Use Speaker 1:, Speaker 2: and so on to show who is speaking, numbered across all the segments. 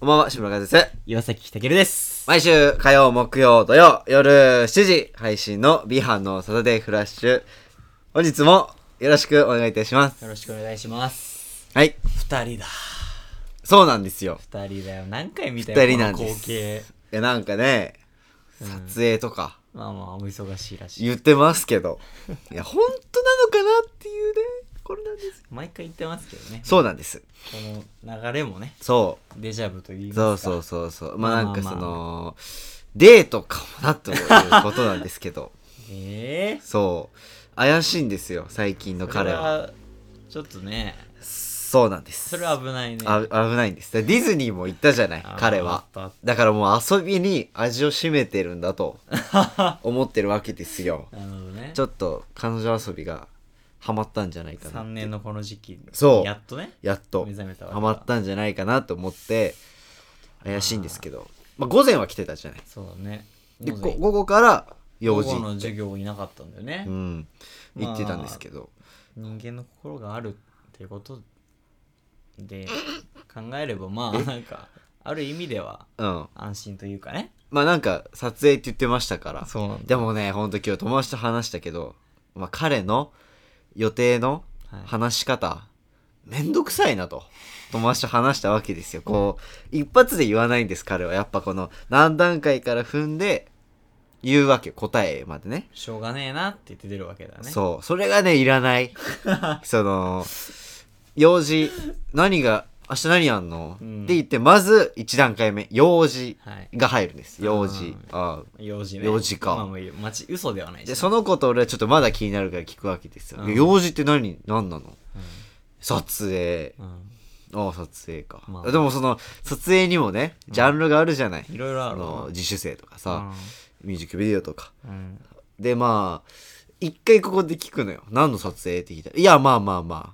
Speaker 1: こんばんは、志村和也です。
Speaker 2: 岩崎たけるです。
Speaker 1: 毎週火曜、木曜、土曜、夜7時配信のビハのサタデーフラッシュ。本日もよろしくお願いいたします。
Speaker 2: よろしくお願いします。
Speaker 1: はい。
Speaker 2: 二人だ。
Speaker 1: そうなんですよ。
Speaker 2: 二人だよ。何回見たよ。
Speaker 1: 二人なん
Speaker 2: この
Speaker 1: です。
Speaker 2: 光景。
Speaker 1: いや、なんかね、撮影とか
Speaker 2: まあまあ、お忙しいらしい。
Speaker 1: 言ってますけ ど、いや、本当なのかなっていうね、これなんです。
Speaker 2: 毎回言ってますけどね。
Speaker 1: そうなんです。
Speaker 2: この流れもね、
Speaker 1: そ。
Speaker 2: デジャブと言いうます
Speaker 1: そ
Speaker 2: か。
Speaker 1: うそう
Speaker 2: そ
Speaker 1: そうそう。まあなんかその、
Speaker 2: まあま
Speaker 1: デートかもなということなんですけど、
Speaker 2: う。ええ
Speaker 1: そう。怪しいんですよ、最近の
Speaker 2: ー。
Speaker 1: 彼は。
Speaker 2: それ。ちょっとね、
Speaker 1: そうなんです。
Speaker 2: それは危ないね。
Speaker 1: あ危ないんです。でディズニーも行ったじゃない
Speaker 2: あー、
Speaker 1: 彼は。。
Speaker 2: あっ
Speaker 1: だからもう遊びに味を占めてるんだ と思ってるわけですよ。
Speaker 2: たなるほどね
Speaker 1: ち。ょっと彼女遊びがハマったんじゃないか
Speaker 2: 3
Speaker 1: な。
Speaker 2: 年のこの時期に
Speaker 1: そう
Speaker 2: やっとね。
Speaker 1: やっと
Speaker 2: 目覚めたわけ
Speaker 1: ハ
Speaker 2: だ
Speaker 1: マったんじゃないかなと思って怪しいんですけど。まあ午前は来てたじゃない。
Speaker 2: そうだね。
Speaker 1: で、
Speaker 2: もう
Speaker 1: こ午後から用事
Speaker 2: 午後の
Speaker 1: 行って
Speaker 2: 授業いなかったんだよね
Speaker 1: う。ん、行ってたんですけど。
Speaker 2: 人間の心があるっていうことで考えればまあなんかある意味では
Speaker 1: うん。
Speaker 2: 安心というかね
Speaker 1: まあなんか撮影って言ってましたから。
Speaker 2: そうなん
Speaker 1: でもね、ほんと今日友達と話したけど、まあ、彼の予定の
Speaker 2: はい
Speaker 1: 話し方、めんどくさいなと、友達と話したわけですよ。こう、一発で言わないんです、彼は。やっぱこの何段階から踏んで、言うわけ、答えまでね。
Speaker 2: しょうがねえなって言って出るわけだね
Speaker 1: そう。それがね、いら ない。その、用事、何が、明日何やんの、
Speaker 2: うん
Speaker 1: って言って、まず1段階目、用事
Speaker 2: はい
Speaker 1: が入るんです。用事。
Speaker 2: うん
Speaker 1: ああ
Speaker 2: 用事ね
Speaker 1: 用事か
Speaker 2: まあまあいいよ待ち嘘ではないし
Speaker 1: で、その子と俺はちょっとまだ気になるから聞くわけですよ。
Speaker 2: うん
Speaker 1: 用事って何何なの撮影。
Speaker 2: うんうん
Speaker 1: ああ、撮影か、
Speaker 2: まあ
Speaker 1: でもその、撮影にもね、ジャンルがあるじゃない。
Speaker 2: いろいろあ
Speaker 1: あ
Speaker 2: るな
Speaker 1: の自主性とかさ、ミュージックビデオとか。
Speaker 2: うんうん
Speaker 1: で、まあ、一回ここで聞くのよ。何の撮影って聞いたら。いや、まあまあま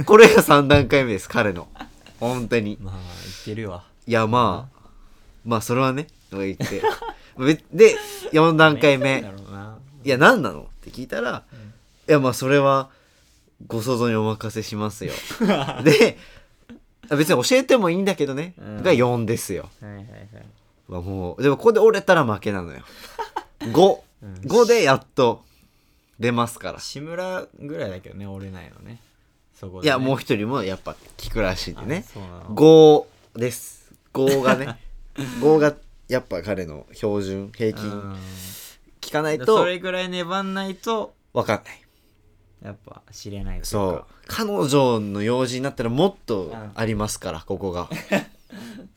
Speaker 1: あ。これが3段階目です、彼の。本当に。
Speaker 2: まあ言ってるわ
Speaker 1: いや、まあ、まあ、それはね、とか言って。 べで、4段階目
Speaker 2: な。んだろうない
Speaker 1: や、何なのって聞いたら、いや、まあ、それは、ご想像にお任せします よ。で、あ別に教えてもいいんだけどね、
Speaker 2: うん
Speaker 1: が4ですよ。
Speaker 2: はいはいはい
Speaker 1: まあ、もう、でもここで折れたら負けなのよ。5。
Speaker 2: うん
Speaker 1: 5でやっと出ますから。
Speaker 2: 志村ぐらいだけどね折れないのねそこ
Speaker 1: い
Speaker 2: でね
Speaker 1: や、もう一人もやっぱ聞くらしいんでね
Speaker 2: あ。そうなの
Speaker 1: 5です。5が ね、5がやっぱ彼の標準、平均、聞かな
Speaker 2: う
Speaker 1: い
Speaker 2: んそ
Speaker 1: と
Speaker 2: れぐらい粘んないと
Speaker 1: 分かんない。
Speaker 2: やっぱ知れないとい
Speaker 1: そうう
Speaker 2: か。
Speaker 1: 彼女の用事になったらもっと
Speaker 2: ん
Speaker 1: ありますから、ここ が。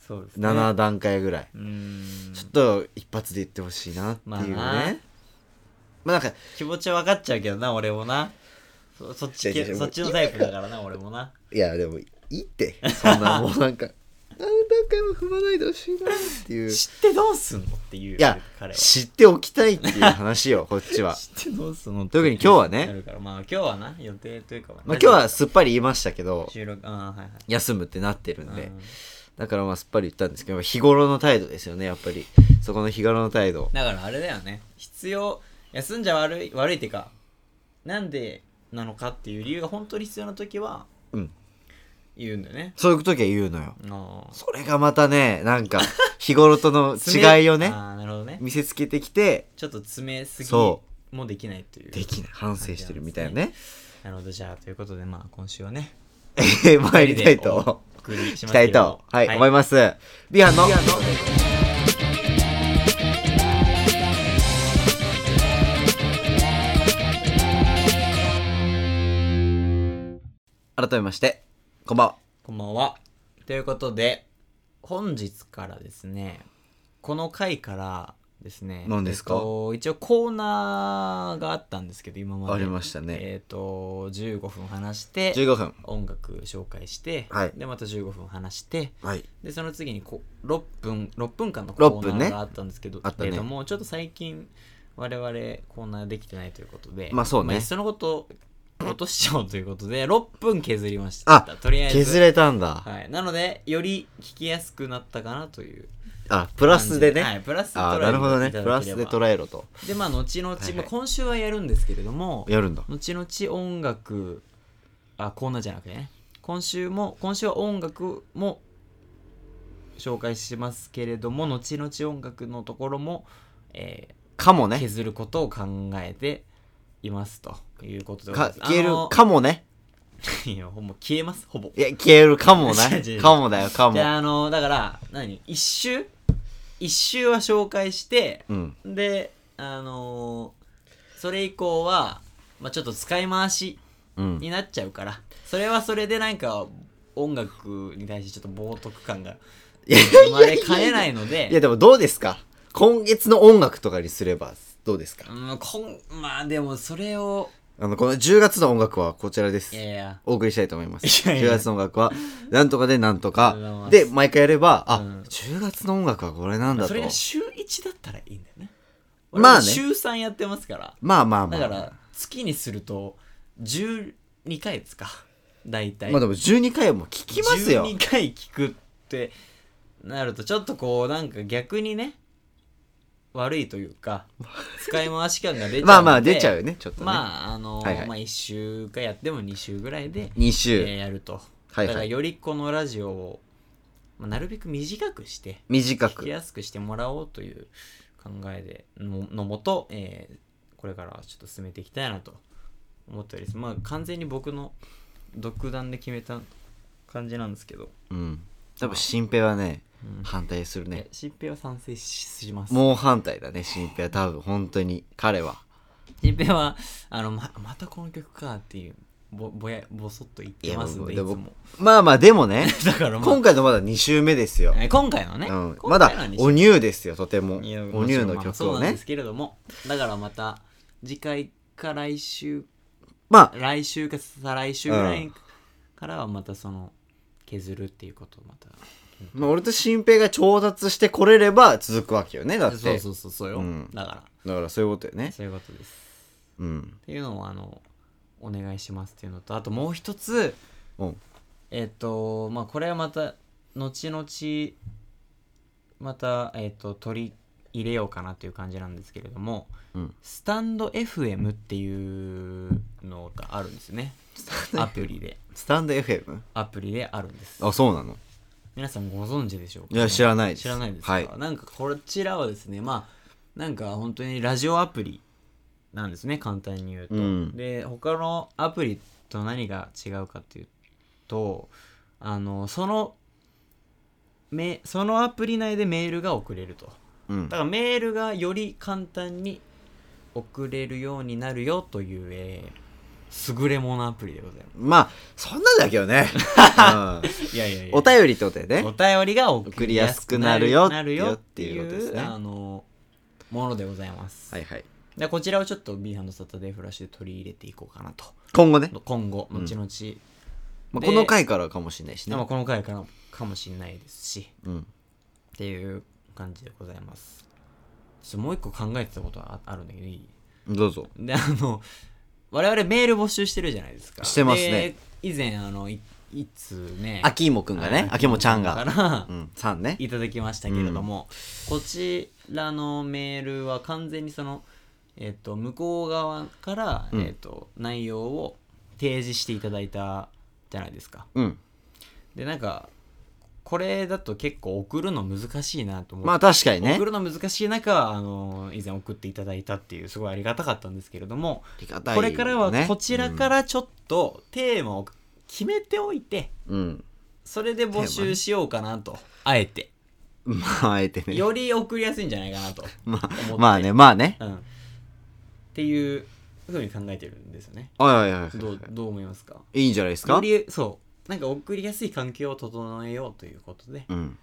Speaker 2: そうですね
Speaker 1: 7段階ぐらい。
Speaker 2: うーん
Speaker 1: ちょっと一発で言ってほしいなっていうね。
Speaker 2: まあな
Speaker 1: まあなんか、
Speaker 2: 気持ちは分かっちゃうけどな俺もなそそっち
Speaker 1: 違う違
Speaker 2: 系
Speaker 1: う
Speaker 2: そっちのタイプだからな俺もない
Speaker 1: や、でもいいって。そんなもう なんか、何段階も踏まないでほしいなっていう。い
Speaker 2: 知ってどうすんのっていう
Speaker 1: や、
Speaker 2: 彼は知
Speaker 1: 知っておきたいっていう話 よ、こっちは。
Speaker 2: ってどうすんの
Speaker 1: 特に今日はね
Speaker 2: なるからまあ今日はな予定というかまあ
Speaker 1: まあ今日はすっぱり言いましたけど、
Speaker 2: 収録ああはいはい
Speaker 1: 休むってなってるんで
Speaker 2: うん。
Speaker 1: だからまあすっぱり言ったんですけど、日頃の態度ですよね、やっぱり。そこの日頃の態度。
Speaker 2: だからあれだよね必要休んじゃ悪い悪いっていうかなんでなのかっていう理由が本当に必要な時は
Speaker 1: うん。
Speaker 2: 言うんだよね
Speaker 1: そういう時は言うのよ。
Speaker 2: ああ
Speaker 1: それがまたね、なんか、 日頃との違いをね、
Speaker 2: ああなるほどね
Speaker 1: 見せつけてきて、
Speaker 2: ちょっと詰めすぎ
Speaker 1: そ
Speaker 2: もできないという
Speaker 1: できない。反省してるみたいなね。
Speaker 2: なるほどじゃあということでまあ今週はね
Speaker 1: 参りたいと、
Speaker 2: お送りし
Speaker 1: いき
Speaker 2: ましたた
Speaker 1: い
Speaker 2: けど
Speaker 1: と、はい、思います。ビハンの、改めまして、こんばんは。
Speaker 2: こんばんはということで本日からですねこの回からですね
Speaker 1: 何ですか
Speaker 2: えっと一応コーナーがあったんですけど今まで
Speaker 1: ありましたね。
Speaker 2: えっと15分話して
Speaker 1: 15分。
Speaker 2: 音楽紹介して、
Speaker 1: はい
Speaker 2: でまた15分話して
Speaker 1: はい。
Speaker 2: でその次にこ6分6分間のコ
Speaker 1: 六分
Speaker 2: ーナ
Speaker 1: ね
Speaker 2: ーがあったんですけど、
Speaker 1: あったね
Speaker 2: けれどもちょっと最近我々コーナーできてないということで
Speaker 1: まあそうね
Speaker 2: いっそのこと落としちゃおうということで6分削りました
Speaker 1: あ
Speaker 2: とりあえず
Speaker 1: 削れたんだ。
Speaker 2: はい、なのでより聞きやすくなったかなという
Speaker 1: あ、プラスで
Speaker 2: は
Speaker 1: ね。
Speaker 2: い、プラスで
Speaker 1: あー、
Speaker 2: 捉えて
Speaker 1: なるほどね。
Speaker 2: いただけれ
Speaker 1: プ
Speaker 2: ば
Speaker 1: ラスで捉えろと。
Speaker 2: でまあ後々、
Speaker 1: はいはい
Speaker 2: まあ今週はやるんですけれども
Speaker 1: やるんだ。
Speaker 2: 後々音楽あコーナーじゃなくてね今週も今週は音楽も紹介しますけれども後々音楽のところも、えー
Speaker 1: かもね。
Speaker 2: 削ることを考えていますということでござ
Speaker 1: か
Speaker 2: います
Speaker 1: 消え
Speaker 2: あ
Speaker 1: る
Speaker 2: の
Speaker 1: かもね。
Speaker 2: いやほぼ消えますほぼ
Speaker 1: いや、消えるかも
Speaker 2: 違う違
Speaker 1: ね。
Speaker 2: う
Speaker 1: かもだよ、か
Speaker 2: で
Speaker 1: も。
Speaker 2: あのだから何一周一周は紹介して
Speaker 1: うん。
Speaker 2: であのーそれ以降は、まあ、ちょっと使い回し
Speaker 1: うん。
Speaker 2: になっちゃうからそれはそれでなんか音楽に対してちょっと冒涜感が生まれかねないので
Speaker 1: いや、でもどうですか今月の音楽とかにすればどうですか
Speaker 2: うん、こんまあでもそれを
Speaker 1: あの、この10月の音楽はこちらです
Speaker 2: い。やいや
Speaker 1: お送りしたいと思います。
Speaker 2: いやいや
Speaker 1: 10月の音楽は、なんとかでなんと
Speaker 2: ありがとうござい
Speaker 1: か
Speaker 2: ま。す
Speaker 1: で、毎回やれば、あ、
Speaker 2: うん
Speaker 1: 10月の音楽はこれなんだ
Speaker 2: そ
Speaker 1: と
Speaker 2: れ。が週1だったらいいんだよね
Speaker 1: まあね
Speaker 2: 俺も週3やってますから
Speaker 1: まあまあま
Speaker 2: だ
Speaker 1: あ。
Speaker 2: から月にすると12回ですか大体
Speaker 1: まあでも12回はもう聞きますよ。
Speaker 2: 12回聞くってなるとちょっとこうなんか逆にね悪いという か使い回し感が出ちゃうので
Speaker 1: まあまあ出ちゃうよね、ちょっとね。
Speaker 2: まああの、
Speaker 1: はいはい
Speaker 2: まあ1週かやっても2週ぐらいで、
Speaker 1: 2
Speaker 2: え
Speaker 1: 週、
Speaker 2: ーやると、
Speaker 1: はいはい
Speaker 2: だからよりこのラジオを、まあ、なるべく短くして
Speaker 1: 短
Speaker 2: 聞き
Speaker 1: く。
Speaker 2: やすくしてもらおうという考えでののもと、えーこれからはちょっと進めていきたいなと思っておりますまあ完全に僕の独断で決めた感じなんですけど、
Speaker 1: うん。多分、新平はね、
Speaker 2: うん
Speaker 1: 反対するね
Speaker 2: え。新平は賛成しします
Speaker 1: 猛反対だね、新平は多分、本当に、彼は。
Speaker 2: 新平はあのままたこの曲かっていうぼぼやぼそっと言ってますんでい
Speaker 1: いや
Speaker 2: つ
Speaker 1: 僕
Speaker 2: も
Speaker 1: まあまあ、でも ね、
Speaker 2: だから、まあ
Speaker 1: 今回のまだ2週目ですよ。
Speaker 2: えー今回のね、
Speaker 1: うん、ま
Speaker 2: 今
Speaker 1: だ
Speaker 2: 回のは、西
Speaker 1: おニューですよ、とても。お
Speaker 2: いや
Speaker 1: ニュー
Speaker 2: もちろん
Speaker 1: の
Speaker 2: まあ
Speaker 1: 曲
Speaker 2: そう
Speaker 1: を
Speaker 2: なんで
Speaker 1: ね
Speaker 2: す。けれどもだからまた次回か来週
Speaker 1: まあ、
Speaker 2: 来週か再来週ぐらいからはまたその削るっていうことをまた
Speaker 1: まあ、俺と新平が調達してこれれば続くわけよね、だって。
Speaker 2: そうそうそうそうよ、
Speaker 1: うん
Speaker 2: だか
Speaker 1: だから、そういうことよ
Speaker 2: ら
Speaker 1: ね。
Speaker 2: そういうことです
Speaker 1: うん
Speaker 2: っ。ていうのをあのお願いしますっていうのとあともう一つ
Speaker 1: うん。
Speaker 2: えっ、とまあこれはまた後々またえっ、と取り入れようかなっていう感じなんですけれども
Speaker 1: うん。
Speaker 2: スタンド FM っていうのがあるんですねアプリで
Speaker 1: スタンド FM?
Speaker 2: アプリであるんです
Speaker 1: あ、そうなの
Speaker 2: 皆さんご存知でしょうか
Speaker 1: いや、知らないです。
Speaker 2: 知らないですか、
Speaker 1: はい。
Speaker 2: なんかこちらはですねまあなんか本当にラジオアプリなんですね簡単に言うと、
Speaker 1: うん
Speaker 2: で他のアプリと何が違うかっていうとあのそのめそのアプリ内でメールが送れると
Speaker 1: うん
Speaker 2: だ。からメールがより簡単に送れるようになるよという、えー優れものアプリでございま
Speaker 1: まあ、そんなんだけどね。
Speaker 2: すいやいやい
Speaker 1: うん、お便りってことだよね
Speaker 2: お。便りが送りやすくなるよ
Speaker 1: 送りやすくなるよっていうことですね
Speaker 2: あのものでございます、
Speaker 1: はいはい。
Speaker 2: でこちらをちょっと B ハンドサタデーフラッシュで取り入れていこうかなと
Speaker 1: 今後ね。
Speaker 2: 今後
Speaker 1: うん
Speaker 2: 後々、
Speaker 1: まあ、
Speaker 2: で
Speaker 1: この回からかもしれないし
Speaker 2: でも
Speaker 1: ね。
Speaker 2: この回からかもしれないですし
Speaker 1: うん。
Speaker 2: っていう感じでございますちょっともう一個考えてたことはああるんだけどいい
Speaker 1: どうぞ。
Speaker 2: であの我々メール募集してるじゃないですか
Speaker 1: してますね
Speaker 2: で以前あのいいつね
Speaker 1: あきいもくんがね、あきもちゃん
Speaker 2: か
Speaker 1: が。
Speaker 2: ら
Speaker 1: うん、さんね。
Speaker 2: いただきましたけれども、こちらのメールは完全にその、えっと向こう側から、
Speaker 1: うん
Speaker 2: えっと内容を提示していただいたじゃないですか
Speaker 1: うん。
Speaker 2: でなんかこれだと結構送るの難しいなと思って、
Speaker 1: まあ、確かにね
Speaker 2: 送。るの難しい中あの以前送っていただいたっていうすごいありがたかったんですけれども、
Speaker 1: ありがたいよ
Speaker 2: これ
Speaker 1: ね
Speaker 2: からはこちらか、らちょっとテーマを決めておいて、
Speaker 1: うん。うん
Speaker 2: それで募集しようかなと、あえて
Speaker 1: まあ、あえてね。
Speaker 2: より送りやすいんじゃないかなと、
Speaker 1: まあ
Speaker 2: って、
Speaker 1: まあね、まあね。
Speaker 2: うん、っていうふうに考えてるんですよね
Speaker 1: はいはいはいはい。
Speaker 2: どう どう思いますか
Speaker 1: いいんじゃないです
Speaker 2: よ
Speaker 1: か
Speaker 2: りそうなんか送りやすい環境を整えようということで
Speaker 1: うん。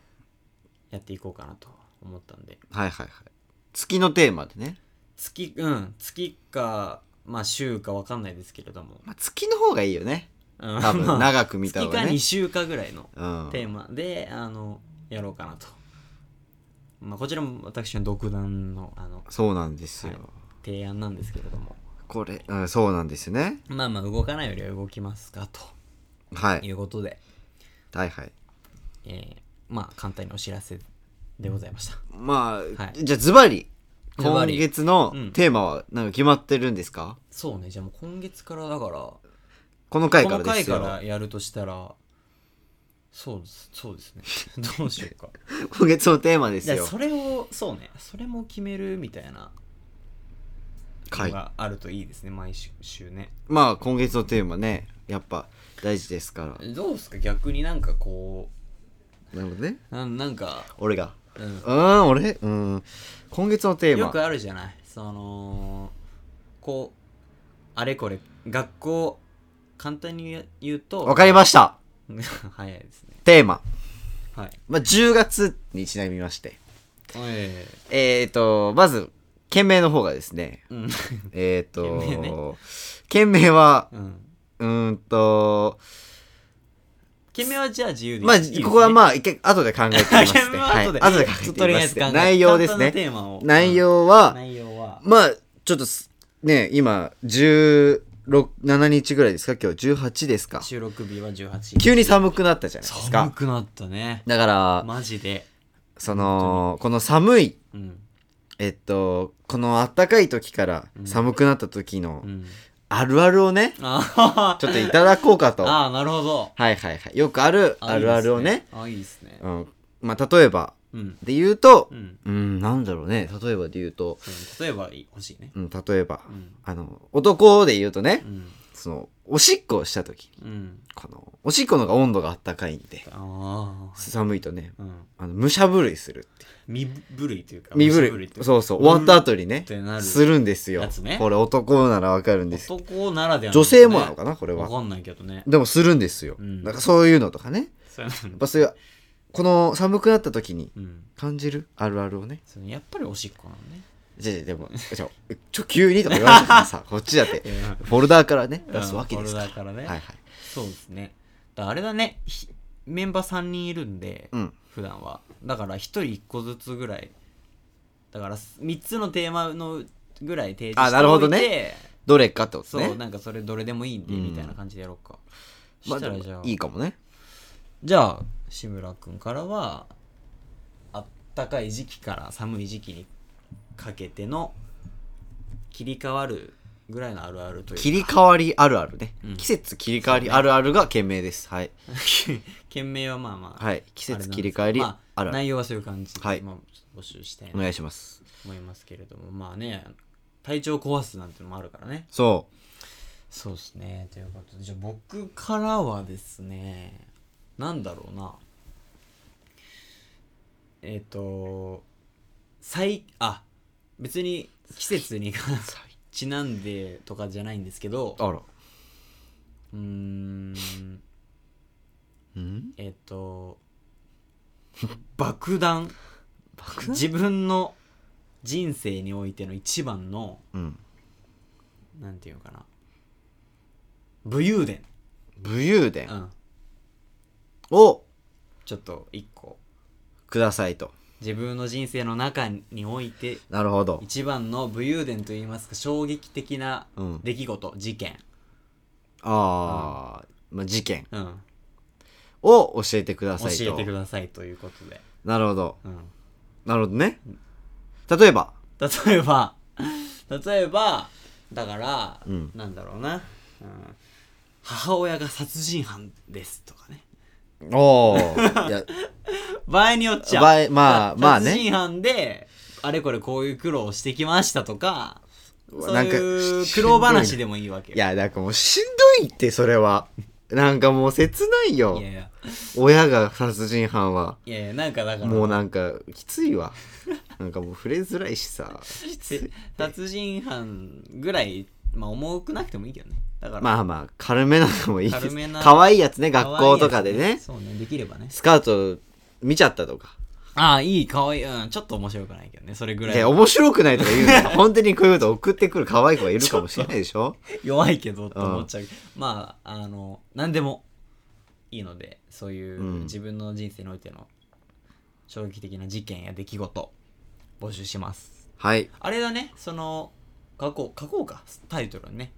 Speaker 2: やっていこうかなと思ったんで
Speaker 1: はいはいはい。月のテーマでね。
Speaker 2: 月うん月かまあ週かわかんないですけれども、
Speaker 1: まあ、月の方がいいよ ね。
Speaker 2: うん
Speaker 1: 多分、
Speaker 2: まあ
Speaker 1: 長く見た
Speaker 2: 月
Speaker 1: 方
Speaker 2: か
Speaker 1: がね
Speaker 2: 2。週かぐらいの
Speaker 1: うん。
Speaker 2: テーマで、あのやろうかなと、まあ、こちらも私の独断のあの
Speaker 1: そうなんですよ。
Speaker 2: はい提案なんですけれども
Speaker 1: これ、うん、そうなんですよね。
Speaker 2: まあまあ動かないよりは動きますかと
Speaker 1: はい。
Speaker 2: いうことで、
Speaker 1: はいはい。
Speaker 2: えーまあ簡単にお知らせでございました
Speaker 1: まあ、
Speaker 2: はい
Speaker 1: じゃあズバリ
Speaker 2: ズバ
Speaker 1: 今
Speaker 2: リ
Speaker 1: 月の
Speaker 2: うん
Speaker 1: テーマはなんか決まってるんですか、
Speaker 2: そうねじゃあもう今月からだから
Speaker 1: この回
Speaker 2: こ
Speaker 1: か
Speaker 2: の
Speaker 1: らで
Speaker 2: 回
Speaker 1: す
Speaker 2: か
Speaker 1: よ
Speaker 2: らやるとしたらそうですそうです ねどうしようか
Speaker 1: 今月のテーマで
Speaker 2: い
Speaker 1: す
Speaker 2: や
Speaker 1: よ。
Speaker 2: それをそうねそれも決めるみたいな
Speaker 1: は
Speaker 2: の
Speaker 1: い。
Speaker 2: があるといいですね、毎週ね
Speaker 1: まあ今月のテーマね、やっぱ大事ですから。
Speaker 2: どうですか逆になんかこ
Speaker 1: なるほどね。
Speaker 2: うなんなんか、
Speaker 1: 俺が。
Speaker 2: うん
Speaker 1: う、ーん、俺うん。今月のテー
Speaker 2: よ
Speaker 1: マ。
Speaker 2: くあるじゃないそのこうあれこれ学校簡単に言うと
Speaker 1: わかりました。
Speaker 2: す 早いですね
Speaker 1: テーマ。
Speaker 2: はい
Speaker 1: まあ10月にちなみまして。
Speaker 2: え
Speaker 1: えっ、ー、と、まず、件名の方がですね。
Speaker 2: えうん
Speaker 1: えっ、ー、と、
Speaker 2: 件名ね
Speaker 1: 件名は、
Speaker 2: うん
Speaker 1: うーんと、
Speaker 2: 決めはじゃあ自由でいい
Speaker 1: まあ、
Speaker 2: いいですね
Speaker 1: ここはまあ、一回後で考えてみ ます、ね。
Speaker 2: 決めは後で、
Speaker 1: はい、後で考え
Speaker 2: ち
Speaker 1: て
Speaker 2: ょっとと
Speaker 1: み
Speaker 2: りあ
Speaker 1: ま
Speaker 2: え
Speaker 1: す
Speaker 2: ず
Speaker 1: ね、
Speaker 2: 考え
Speaker 1: 内容ですね
Speaker 2: 簡単な。テーマを
Speaker 1: 内容
Speaker 2: うん
Speaker 1: は、
Speaker 2: 内容は
Speaker 1: まあ、ちょっとすね、今、16、7日ぐらいですか今日18ですか
Speaker 2: 収録日は18
Speaker 1: 急に寒くなったじゃないです
Speaker 2: 寒
Speaker 1: か。
Speaker 2: くなったね
Speaker 1: だから、
Speaker 2: マジで
Speaker 1: その、この寒い、
Speaker 2: うん
Speaker 1: えっと、この暖かい時から
Speaker 2: うん
Speaker 1: 寒くなった時の
Speaker 2: うん
Speaker 1: あるあるをね、
Speaker 2: あ
Speaker 1: ちょっといただこうかと。は
Speaker 2: ああなるほど
Speaker 1: いはいはい。よくあるあるあるをね。
Speaker 2: あいいですね
Speaker 1: うん。まあ、例えば
Speaker 2: うん
Speaker 1: で言うと
Speaker 2: う、ん
Speaker 1: うん、なんだろうね。例えばで言うと、
Speaker 2: そう例えば欲しいね
Speaker 1: うん、例えば
Speaker 2: う、ん
Speaker 1: あの、男で言うとね
Speaker 2: う、ん
Speaker 1: その、おしっこをした時に、
Speaker 2: うん
Speaker 1: この、おしっこの方が温度があったかいんで、
Speaker 2: ああ
Speaker 1: 寒いとね、
Speaker 2: うん
Speaker 1: あの、武者震いするっていう。
Speaker 2: 身震いというか
Speaker 1: 身震
Speaker 2: 無
Speaker 1: い
Speaker 2: 者。というか
Speaker 1: そうそう。終わった後にね
Speaker 2: ってな、る
Speaker 1: するんですよ
Speaker 2: やつね。
Speaker 1: これ男ならわかるんですけど。
Speaker 2: 男ならでは
Speaker 1: 女性もなのかな、これ
Speaker 2: わ
Speaker 1: は。
Speaker 2: かんないけどね
Speaker 1: でもするんですよ。
Speaker 2: うん
Speaker 1: なんかそういうのとかね。
Speaker 2: そういう
Speaker 1: やっ
Speaker 2: の
Speaker 1: ぱそういう、この寒くなった時に
Speaker 2: うん
Speaker 1: 感じるあるあるをね。
Speaker 2: そのやっぱりおしっこなのね
Speaker 1: じゃあじゃあでも、じゃあちょ、急にとか言われたから さ、こっちだって、フォルダーからね、出すわけですから。
Speaker 2: うんフォルダーからね
Speaker 1: はいはい。
Speaker 2: そうですねだからあれだねひメンバー3人いるんで
Speaker 1: うん。
Speaker 2: 普段はだから1人1個ずつぐらいだから3つのテーマのぐらい提示しておいて
Speaker 1: あなるほどねどれかってこと
Speaker 2: そう、
Speaker 1: ね。
Speaker 2: なんかそれどれでもいいんで、
Speaker 1: うん
Speaker 2: みたいな感じでやろうか
Speaker 1: ま
Speaker 2: したら
Speaker 1: あ
Speaker 2: じ
Speaker 1: で
Speaker 2: ゃあ、
Speaker 1: もいいかもね。
Speaker 2: じゃあ志村くんからはあったかい時期から寒い時期にかけての切り替わるぐらいのあるあるという
Speaker 1: 切り替わりあるあるね、
Speaker 2: うん
Speaker 1: 季節切り替わりあるあるが件名ですはい
Speaker 2: 件名はまあまあ、
Speaker 1: はい季節切り替わり
Speaker 2: あれ
Speaker 1: あるあ
Speaker 2: なんですま
Speaker 1: る
Speaker 2: あ、内容はそういう感じで、
Speaker 1: はい
Speaker 2: まあ、ちょっと募集した
Speaker 1: お
Speaker 2: いなと
Speaker 1: 願いします
Speaker 2: 思いますけれどもまあね体調壊すなんてのもあるからね
Speaker 1: そ
Speaker 2: そうですねということでじゃあ僕からはですねなんだろうなえっ、と最あ別に季節に ちなんでとかじゃないんですけど
Speaker 1: うあら
Speaker 2: うーん
Speaker 1: うん
Speaker 2: えっ、と爆弾
Speaker 1: 爆
Speaker 2: 自分の人生においての一番の
Speaker 1: うん
Speaker 2: なんていうのかな武勇伝、
Speaker 1: 武勇
Speaker 2: う
Speaker 1: 伝
Speaker 2: ん、
Speaker 1: を
Speaker 2: ちょっと一個
Speaker 1: くださいと
Speaker 2: 自分の人生の中において
Speaker 1: なるほど
Speaker 2: 一番の武勇伝といいますか衝撃的な
Speaker 1: うん
Speaker 2: 出来事、事件、
Speaker 1: ああ、まあ事件
Speaker 2: うん、
Speaker 1: を教えてくだ
Speaker 2: 教
Speaker 1: さいと
Speaker 2: えてくださいということで、
Speaker 1: なるほど
Speaker 2: うん、
Speaker 1: なるほどね例えば
Speaker 2: 例えば例えばだから、
Speaker 1: うん
Speaker 2: なんだろうな、うん、母親が殺人犯ですとかね
Speaker 1: おおいや
Speaker 2: 場合によっちゃ
Speaker 1: 場合まあまあね
Speaker 2: 殺人犯であれこれこういう苦労をしてきましたとか
Speaker 1: うわ
Speaker 2: そう
Speaker 1: なんか
Speaker 2: いう
Speaker 1: し
Speaker 2: 苦労話でもいいわけよ
Speaker 1: いやなんかもうしんどいってそれはなんかもう切ないよ
Speaker 2: いやいや
Speaker 1: 親が殺人犯はい
Speaker 2: やいやなんかだから
Speaker 1: もうなんかきついわ なんかもう触れづらいしさきつい
Speaker 2: せ殺人犯ぐらい、まあ、重くなくてもいいけどねだから、
Speaker 1: まあまあ軽めなのもいいです
Speaker 2: 軽めな
Speaker 1: 可愛いやつね
Speaker 2: 可愛い
Speaker 1: 学校とかで
Speaker 2: や
Speaker 1: ね
Speaker 2: つそうねできればね
Speaker 1: スカート見ちゃったとか
Speaker 2: ああいいかわいい、うん、ちょっと面白くないけどねそれぐ
Speaker 1: い
Speaker 2: ら
Speaker 1: や
Speaker 2: い
Speaker 1: 面白くないとか言う の本当にこういうの送ってくる可愛い子がいるかもしれないでしょ
Speaker 2: 弱いけどって思っちゃう、まああの何でもいいのでそういう
Speaker 1: うん
Speaker 2: 自分の人生においての衝撃的な事件や出来事募集します
Speaker 1: はい
Speaker 2: あれだねその書こう書こうかタイトルにね、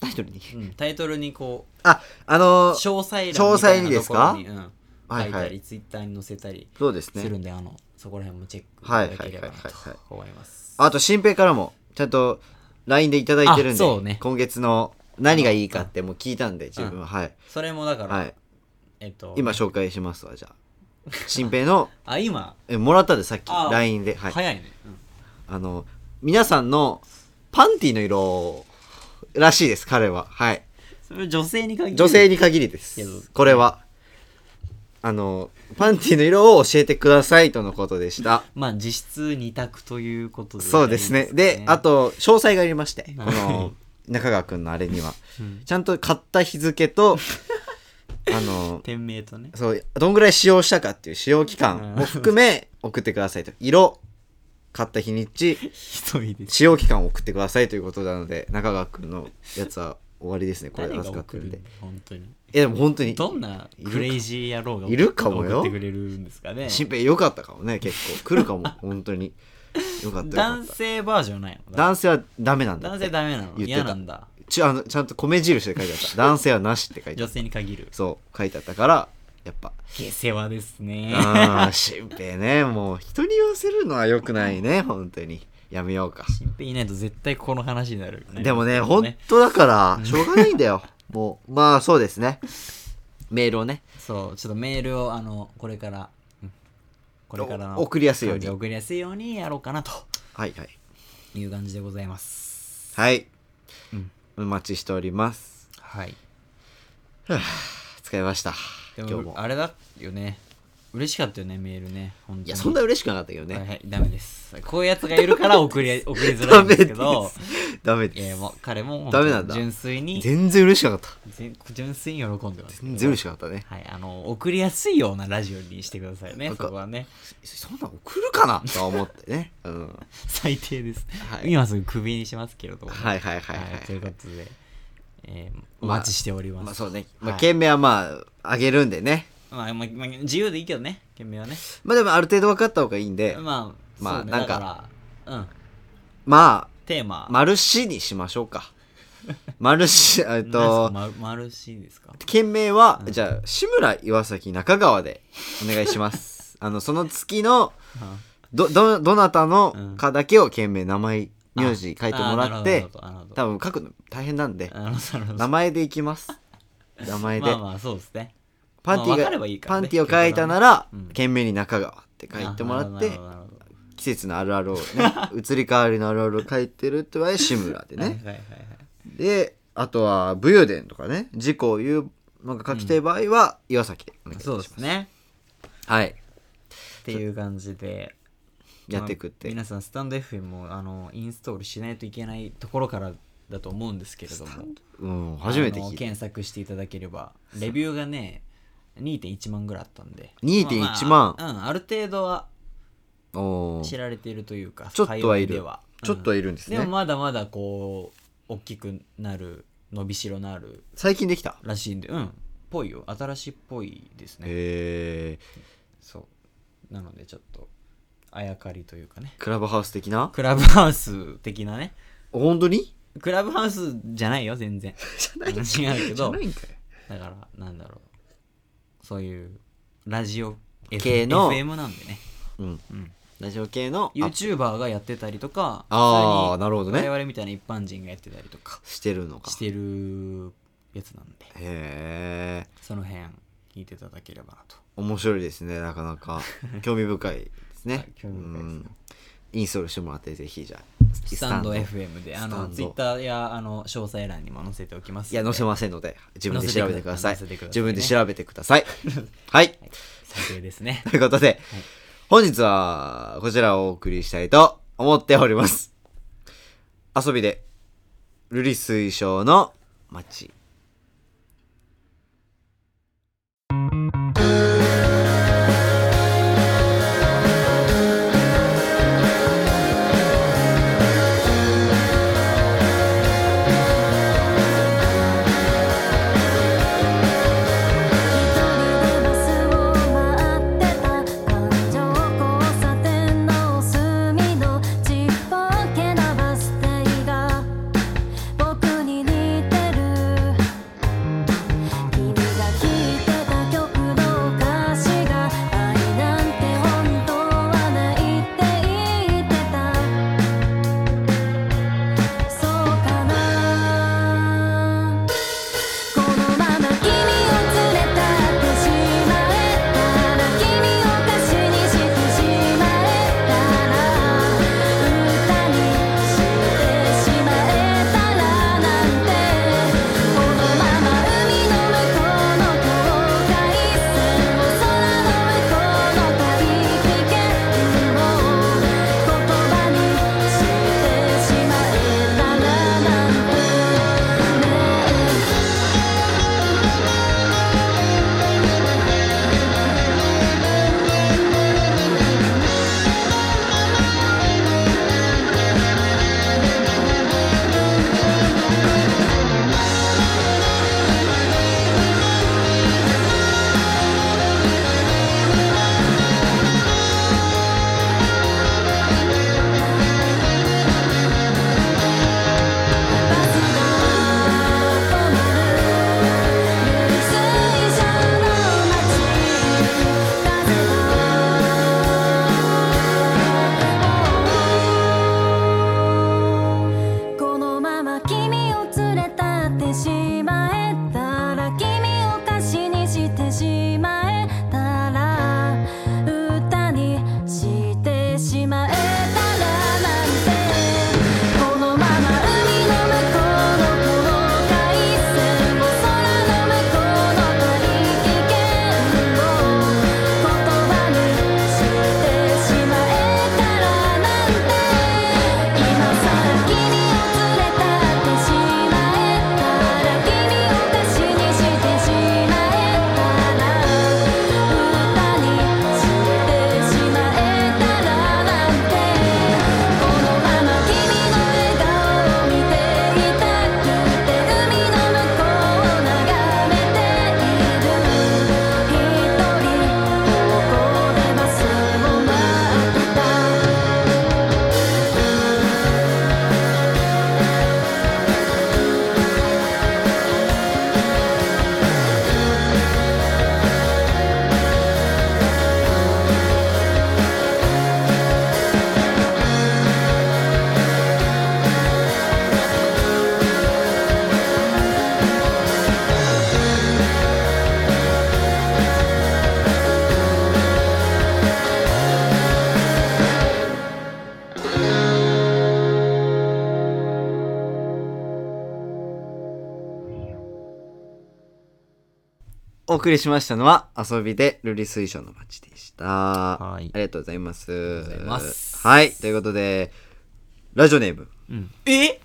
Speaker 1: タイトルに
Speaker 2: うん、タイトルにこう
Speaker 1: ああのー、
Speaker 2: 詳細欄み
Speaker 1: 詳
Speaker 2: た
Speaker 1: 細
Speaker 2: い
Speaker 1: に
Speaker 2: な
Speaker 1: で
Speaker 2: と
Speaker 1: す
Speaker 2: ころ
Speaker 1: か
Speaker 2: に、うん、
Speaker 1: は
Speaker 2: 書
Speaker 1: い
Speaker 2: い
Speaker 1: は
Speaker 2: た
Speaker 1: い
Speaker 2: りツイッターに載せたり
Speaker 1: そうです
Speaker 2: する
Speaker 1: ね
Speaker 2: んで、あのそこら辺もチェックい
Speaker 1: はい
Speaker 2: ただければな
Speaker 1: は
Speaker 2: と
Speaker 1: いはいはいはい
Speaker 2: 思います
Speaker 1: あと新平からもちゃんと LINE でいただいてるん
Speaker 2: あ
Speaker 1: で、
Speaker 2: そうね
Speaker 1: 今月の何がいいかってもう聞いたんで自分は、はい
Speaker 2: それもだから、
Speaker 1: はい
Speaker 2: えっと
Speaker 1: 今紹介しますわじゃあ新平の
Speaker 2: あ今
Speaker 1: えもらったでさっき
Speaker 2: あ
Speaker 1: LINE で、はい、
Speaker 2: 早いね、うん
Speaker 1: あの皆さんのパンティの色らしいです彼ははい
Speaker 2: それは女性に限る
Speaker 1: 女性に限りで
Speaker 2: いやどうぞ
Speaker 1: すこれはあのパンティの色を教えてくださいとのことでした
Speaker 2: まあ実質二択ということで
Speaker 1: そうですねであ、と詳細がありましてこ
Speaker 2: はい
Speaker 1: の中川君のあれには
Speaker 2: うん
Speaker 1: ちゃんと買った日付とあの
Speaker 2: 店名とね
Speaker 1: そうどんぐらい使用したかっていう使用期間も含め送ってくださいと色買った日にち
Speaker 2: ひどいです
Speaker 1: 使用期間を送ってくださいということなので中川君のやつは終わりですねこれ
Speaker 2: 誰が
Speaker 1: 預かって
Speaker 2: 送
Speaker 1: るん
Speaker 2: るんだ
Speaker 1: で
Speaker 2: よ本当に
Speaker 1: いやでも本当に
Speaker 2: どんなクレイジー野郎が
Speaker 1: いるかもよ
Speaker 2: 送ってくれるんですかね
Speaker 1: 新平良かったかもね結構来る かも本当に良かったよかっ
Speaker 2: 男
Speaker 1: た
Speaker 2: 性バージョンないの
Speaker 1: 男性はダメなんだっ
Speaker 2: 男
Speaker 1: て
Speaker 2: 性ダメなの
Speaker 1: 言ってた
Speaker 2: 嫌なんだ
Speaker 1: ちあのちゃんと米印で書いてあ った男性はなしって書いてあ
Speaker 2: 女
Speaker 1: った
Speaker 2: 性に限る
Speaker 1: そう書いてあったからやっ ぱ
Speaker 2: 下世話ですね
Speaker 1: ああ新平ねもう人に言わせるのは良くないね本当にやめようか
Speaker 2: 新平いないと絶対この話になるよね
Speaker 1: でもね、本当だから、しょうがないんだよ。もう、まあそうですね。メールをね、
Speaker 2: そうちょっとメールをあのこれからうんこれからの
Speaker 1: お送りやすいように
Speaker 2: 感じ送りやすいようにやろうかなと
Speaker 1: はいはい。
Speaker 2: いう感じでございます
Speaker 1: はい。
Speaker 2: うん
Speaker 1: お待ちしております。
Speaker 2: はい
Speaker 1: 疲れました。
Speaker 2: で
Speaker 1: 今日
Speaker 2: も
Speaker 1: も。
Speaker 2: あれだよね嬉しかったよねメールね本当に
Speaker 1: いや、そんな嬉しくなかったけど
Speaker 2: はい
Speaker 1: ね。
Speaker 2: はいダメですこういうやつがいるから 送り送りづらいんですけど
Speaker 1: ダメで
Speaker 2: えー、もう彼も
Speaker 1: ダメなんだ
Speaker 2: 純粋に
Speaker 1: す。全然嬉しくなかった。
Speaker 2: 全純粋に喜んでますけど
Speaker 1: 全然嬉しくなかったね。
Speaker 2: はいあの送りやすいようなラジオにしてくださいね
Speaker 1: なん
Speaker 2: そ
Speaker 1: か
Speaker 2: こはね
Speaker 1: そそんなん送るかなとは思ってね。うん。
Speaker 2: 最低です、
Speaker 1: はい
Speaker 2: 今すぐクビにしますけれども、
Speaker 1: はいはいはいはい
Speaker 2: ということで、えーお
Speaker 1: まあ
Speaker 2: 待ちしております、
Speaker 1: まあそうね。まあ、
Speaker 2: はい
Speaker 1: 件名はまあ、あげるんでね。
Speaker 2: まあまあまあ自由でいいけどね件名はね
Speaker 1: まあでも、ある程度分かった方がいいんで、
Speaker 2: まあ
Speaker 1: まあ
Speaker 2: そうね
Speaker 1: なんか
Speaker 2: だからうん
Speaker 1: ま
Speaker 2: テーマ
Speaker 1: あ、丸しにしましょう か。丸し、えっと、
Speaker 2: 何ですかマルシーですか
Speaker 1: 件名は、
Speaker 2: うん
Speaker 1: じゃあ志村岩崎中川でお願いします あのその月のどどどなたのかだけを件名名前名字書いてもらって多
Speaker 2: 多
Speaker 1: 分書くの大変なんで
Speaker 2: あなるほどなるほど
Speaker 1: 名前でいきます名前で、
Speaker 2: まあまあそうですね
Speaker 1: パンティ
Speaker 2: まあわ
Speaker 1: が
Speaker 2: かればいいか
Speaker 1: パ
Speaker 2: らね
Speaker 1: ンティを書いたなら、
Speaker 2: うん
Speaker 1: 件名に中川って書いてもらっ
Speaker 2: あ
Speaker 1: て
Speaker 2: なるほどなるほど
Speaker 1: 季節のあるあるをね移り変わりのあるあるを書いてるって場合は志村で
Speaker 2: はいはい
Speaker 1: ね
Speaker 2: はいはい
Speaker 1: であとは武勇伝とかね事故を言うのが書きたい場合は岩崎でお願いします、
Speaker 2: そうですね
Speaker 1: はい
Speaker 2: っていう感じで
Speaker 1: やっていくって、
Speaker 2: まあ皆さんスタンド FM もあのインストールしないといけないところからだと思うんですけれど
Speaker 1: う
Speaker 2: も
Speaker 1: ん、初めて
Speaker 2: あの
Speaker 1: 聞いた。
Speaker 2: 検索していただければレビューがね2.1万ぐらいあったんで
Speaker 1: 2.1
Speaker 2: まあまあうんある程度は
Speaker 1: おー
Speaker 2: 知られているというか
Speaker 1: ちょっとはい
Speaker 2: 界隈で
Speaker 1: る
Speaker 2: は。
Speaker 1: ちょっと
Speaker 2: い
Speaker 1: はいるんですね。
Speaker 2: でもまだまだこう大きくなる伸びしろのある
Speaker 1: 最近できた。
Speaker 2: らしいんでうんぽいよ新しいっぽいですね
Speaker 1: え
Speaker 2: そうなのでちょっとあやかりというかね
Speaker 1: ー、クラブハウス的な
Speaker 2: クラブハウス的なね
Speaker 1: 本当に
Speaker 2: クラブハウスじゃないよ全然
Speaker 1: じゃ
Speaker 2: 違うけ
Speaker 1: じゃ
Speaker 2: ど
Speaker 1: ないんかい。
Speaker 2: だからなんだろうそういうラジオ F-
Speaker 1: 系の
Speaker 2: FM なんでね、
Speaker 1: うん。
Speaker 2: うん、
Speaker 1: ラジオ系の、あ
Speaker 2: YouTuber がやってたりとか
Speaker 1: あー
Speaker 2: 普通に
Speaker 1: なるほどね
Speaker 2: 我々みたいな一般人がやってたりとか
Speaker 1: してるのか
Speaker 2: し。てるやつなんで
Speaker 1: へえ、
Speaker 2: その辺聞いていただければなと
Speaker 1: 面白いですね、なかな か。興味深いです
Speaker 2: は
Speaker 1: ね
Speaker 2: い。興味深いで
Speaker 1: う
Speaker 2: すね
Speaker 1: んインストールしてもらって、ぜひじゃあ。
Speaker 2: スタンド FM であ
Speaker 1: スタ
Speaker 2: の
Speaker 1: ンド
Speaker 2: ツイッターやあの詳細欄にも載せておきます
Speaker 1: いや、載せ
Speaker 2: ま
Speaker 1: ませんので、自分で調べてください。
Speaker 2: 載せてください
Speaker 1: 自分で調べてくだ さい。はい。
Speaker 2: す撮影です ね
Speaker 1: ということで、本日はこちらをお送りしたいと思っております。遊びで、瑠璃水晶の街。
Speaker 3: 一人でバスを待ってた環状交差点の隅のちっぽけなバス停が僕に似てる
Speaker 1: お送りしましたのは遊びで瑠璃水晶の街でした。
Speaker 2: い
Speaker 1: ありがとうございます。あり
Speaker 2: がとうございます
Speaker 1: はい。ということで、ラジオネーム、
Speaker 2: うん、え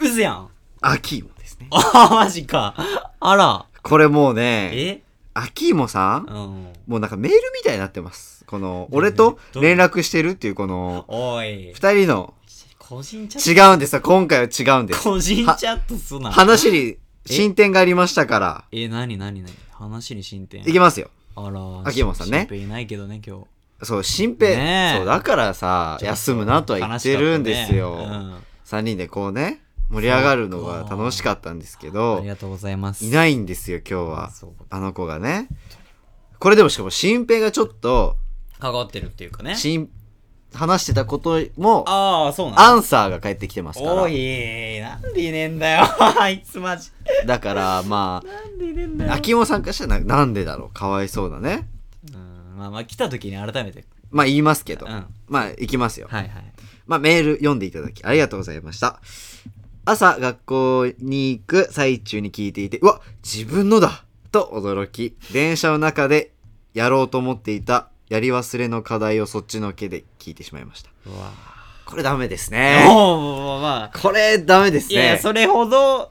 Speaker 2: うずやん
Speaker 1: アキーモですね。
Speaker 2: あマジかあら
Speaker 1: これもうね、
Speaker 2: え
Speaker 1: アキーモさん、
Speaker 2: うん
Speaker 1: もうなんかメールみたいになってます。この、俺と連絡してるっていうこの、
Speaker 2: おい
Speaker 1: 二人の、
Speaker 2: 個人チャッ
Speaker 1: 違うんですよ。今回は違うんで
Speaker 2: ト
Speaker 1: す。
Speaker 2: 個人チャットすな
Speaker 1: 話に進展がありましたから、
Speaker 2: え何何何話に進展
Speaker 1: いきますよ。
Speaker 2: あら
Speaker 1: 秋山さんね
Speaker 2: しぺいないけどね今日
Speaker 1: そう、新平、
Speaker 2: ねえ
Speaker 1: そう、だからさ、
Speaker 2: ちょっと
Speaker 1: 休むなとは言ってるんですよ。
Speaker 2: 悲しかったね
Speaker 1: 3人でこうね、盛り上がるのが楽しかったんですけ
Speaker 2: うんあ
Speaker 1: ど
Speaker 2: り、がとうございます
Speaker 1: いないんですよ、今日は。
Speaker 2: そう
Speaker 1: あの子がね。これでもしかも、新平がちょっと、
Speaker 2: 関わってるっていうかね
Speaker 1: 新話してたことも、
Speaker 2: ああそうなんだ
Speaker 1: アンサーが返ってきてますか
Speaker 2: お
Speaker 1: ら。
Speaker 2: いなんでいねえんだよあいつマジ
Speaker 1: だから、ま
Speaker 2: なんでいねえんだ
Speaker 1: あ、秋元さんからしたらな、なんでだろう、かわいそうだね。
Speaker 2: うんまあまあ来た時に改めて
Speaker 1: まあ、言いますけど。
Speaker 2: うん
Speaker 1: まあ、行きますよ。
Speaker 2: はいはい
Speaker 1: まあ、メール読んでいただきありがとうございました。朝学校に行く最中に聞いていて、うわ、自分のだと驚き、電車の中でやろうと思っていたやり忘れの課題をそっちのけで聞いてしまいました。
Speaker 2: うわ
Speaker 1: これダメです
Speaker 2: え
Speaker 1: ね。
Speaker 2: おおまあ
Speaker 1: これダメです
Speaker 2: いやいや
Speaker 1: ね。
Speaker 2: それほど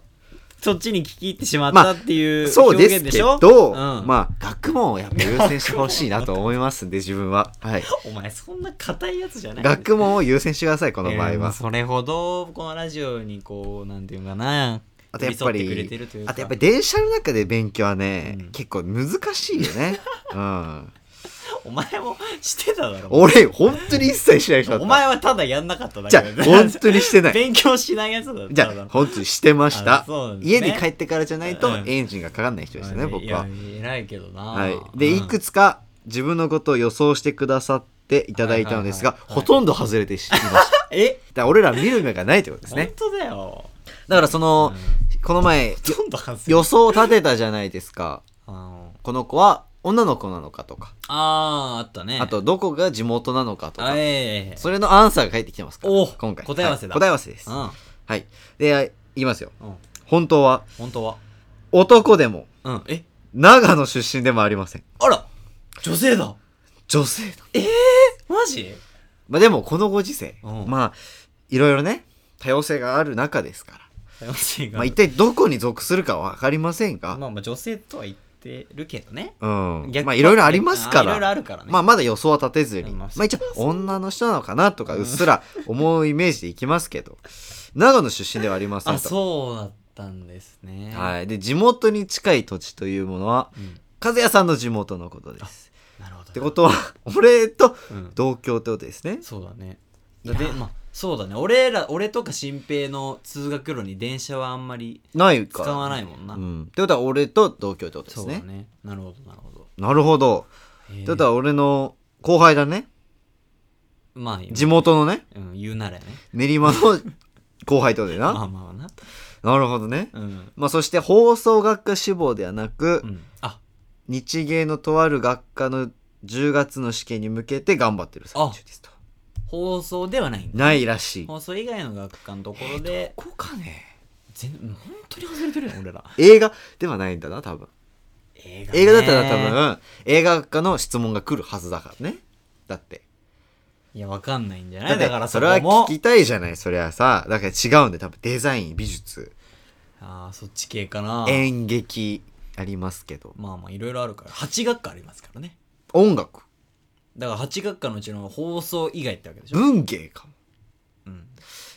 Speaker 2: そっちに聞き入ってしまっ
Speaker 1: ま
Speaker 2: た
Speaker 1: あ
Speaker 2: っていう
Speaker 1: そう
Speaker 2: 表
Speaker 1: です
Speaker 2: 現で
Speaker 1: け
Speaker 2: し
Speaker 1: ど
Speaker 2: ょ、うん
Speaker 1: まあ、学問をやっぱ優先してほしいなと思いますんで、自分は。はい。
Speaker 2: お前そんな硬いやつじゃない
Speaker 1: 学問を優先してください、この場
Speaker 2: えー
Speaker 1: 合
Speaker 2: まあ
Speaker 1: は。
Speaker 2: それほどこのラジオにこうなんていうかな
Speaker 1: あとやっぱ
Speaker 2: 寄り添ってくれて
Speaker 1: り
Speaker 2: るという、か
Speaker 1: あとやっぱり電車の中で勉強はね、
Speaker 2: うん
Speaker 1: 結構難しいよ ね。うん。
Speaker 2: お前もしてただろ
Speaker 1: 俺、本当に一切しない人だった。
Speaker 2: お前はただやんなかっただ
Speaker 1: じゃ
Speaker 2: け
Speaker 1: あ、本当にしてない。
Speaker 2: 勉強しないやつだった
Speaker 1: じ
Speaker 2: ただ
Speaker 1: ゃあ、
Speaker 2: の
Speaker 1: 本当にしてまし
Speaker 2: あ
Speaker 1: た
Speaker 2: そうなん。ですね
Speaker 1: 家に帰ってからじゃないと
Speaker 2: うん
Speaker 1: エンジンがかかんない人でしたね、
Speaker 2: まあ
Speaker 1: 僕は。
Speaker 2: いや偉いけどな
Speaker 1: はい。で、
Speaker 2: うん
Speaker 1: いくつか自分のことを予想してくださっていただいたのですが
Speaker 2: はい、はいはい
Speaker 1: ほとんど外れていま した。だか
Speaker 2: え
Speaker 1: ら俺ら見る目がないってことですね
Speaker 2: 本。当だよ
Speaker 1: だからその、この前、
Speaker 2: ほとんど外れ
Speaker 1: 予想を立てたじゃないですか。
Speaker 2: あの
Speaker 1: この子は女の子なのかとか。
Speaker 2: あーあったね
Speaker 1: あと、どこが地元なのかとか
Speaker 2: あ。ええ
Speaker 1: それのアンサーが返ってきてますから。
Speaker 2: お
Speaker 1: 今回。
Speaker 2: 答え合わせだ
Speaker 1: はい答え合わせです。
Speaker 2: う
Speaker 1: はい。で、あいきますよ。
Speaker 2: んうん
Speaker 1: 本当は、
Speaker 2: 本当は
Speaker 1: 男でも、
Speaker 2: うんえ
Speaker 1: 長野出身でもありません。
Speaker 2: あら女性だ
Speaker 1: 女性だ。
Speaker 2: マジ
Speaker 1: まあでも、このご時世、
Speaker 2: うん
Speaker 1: まあ、いろいろね、多様性がある中ですから。
Speaker 2: 女性が
Speaker 1: まあ一体どこに属するかわかりませんが、
Speaker 2: まあまあ女性とは言ってるけどね
Speaker 1: うん。
Speaker 2: 逆
Speaker 1: まあいろいろありますか
Speaker 2: あいろいろあ
Speaker 1: ら。
Speaker 2: るからね
Speaker 1: まあまだ予想は立てずに、
Speaker 2: まあ
Speaker 1: まあ一応女の人なのかなとかうっすら思うイメージでいきますけど、長野出身ではありません
Speaker 2: あ
Speaker 1: と。
Speaker 2: そうだったんですね
Speaker 1: はい。で、地元に近い土地というものは、
Speaker 2: うん
Speaker 1: 和也さんの地元のことです。
Speaker 2: なるほど
Speaker 1: ってことは、俺と
Speaker 2: うん
Speaker 1: 同郷ってことですね。
Speaker 2: そうだね
Speaker 1: い
Speaker 2: で
Speaker 1: やー
Speaker 2: まあそうだね俺ら俺とか新平の通学路に電車はあんまり
Speaker 1: ないか
Speaker 2: 使
Speaker 1: ら。
Speaker 2: わないもんな、
Speaker 1: うん。ってことは、俺と同郷ってことで
Speaker 2: そ
Speaker 1: す
Speaker 2: うだ
Speaker 1: ね。
Speaker 2: ねなるほどなるほど
Speaker 1: なるほど。
Speaker 2: えー
Speaker 1: ってことは、俺の後輩だね。
Speaker 2: まあ
Speaker 1: 地元のね、
Speaker 2: うん、言うならね
Speaker 1: 練馬 の後輩ってことで
Speaker 2: まあ
Speaker 1: な。
Speaker 2: まあな
Speaker 1: なるほどね。
Speaker 2: うん、
Speaker 1: まあ、そして、放送学科志望ではなく、
Speaker 2: うん、あ
Speaker 1: 日芸のとある学科の10月の試験に向けて頑張ってる最中ですと。
Speaker 2: 放送ではないんだ
Speaker 1: ないらしい。
Speaker 2: 放送以外の学科のところで
Speaker 1: こかね。
Speaker 2: 全本当に外れてるよ俺ら
Speaker 1: 映画ではないんだな、多分。
Speaker 2: 映画ね
Speaker 1: 映画だったら多分映画学科の質問が来るはずだからねだって
Speaker 2: いやわかんないんじゃない
Speaker 1: だ
Speaker 2: だ
Speaker 1: って
Speaker 2: から
Speaker 1: そ
Speaker 2: そ
Speaker 1: れ
Speaker 2: れ
Speaker 1: は
Speaker 2: は
Speaker 1: 聞きたいじゃないそれはさだから違うんで多分デザイン美術
Speaker 2: ああそっち系かな
Speaker 1: 演劇ありますけど
Speaker 2: まあまあいろいろあるから8学科ありますからね
Speaker 1: 音楽
Speaker 2: だから8学科のうちの放送以外ってわけでしょ
Speaker 1: 文芸かも
Speaker 2: うん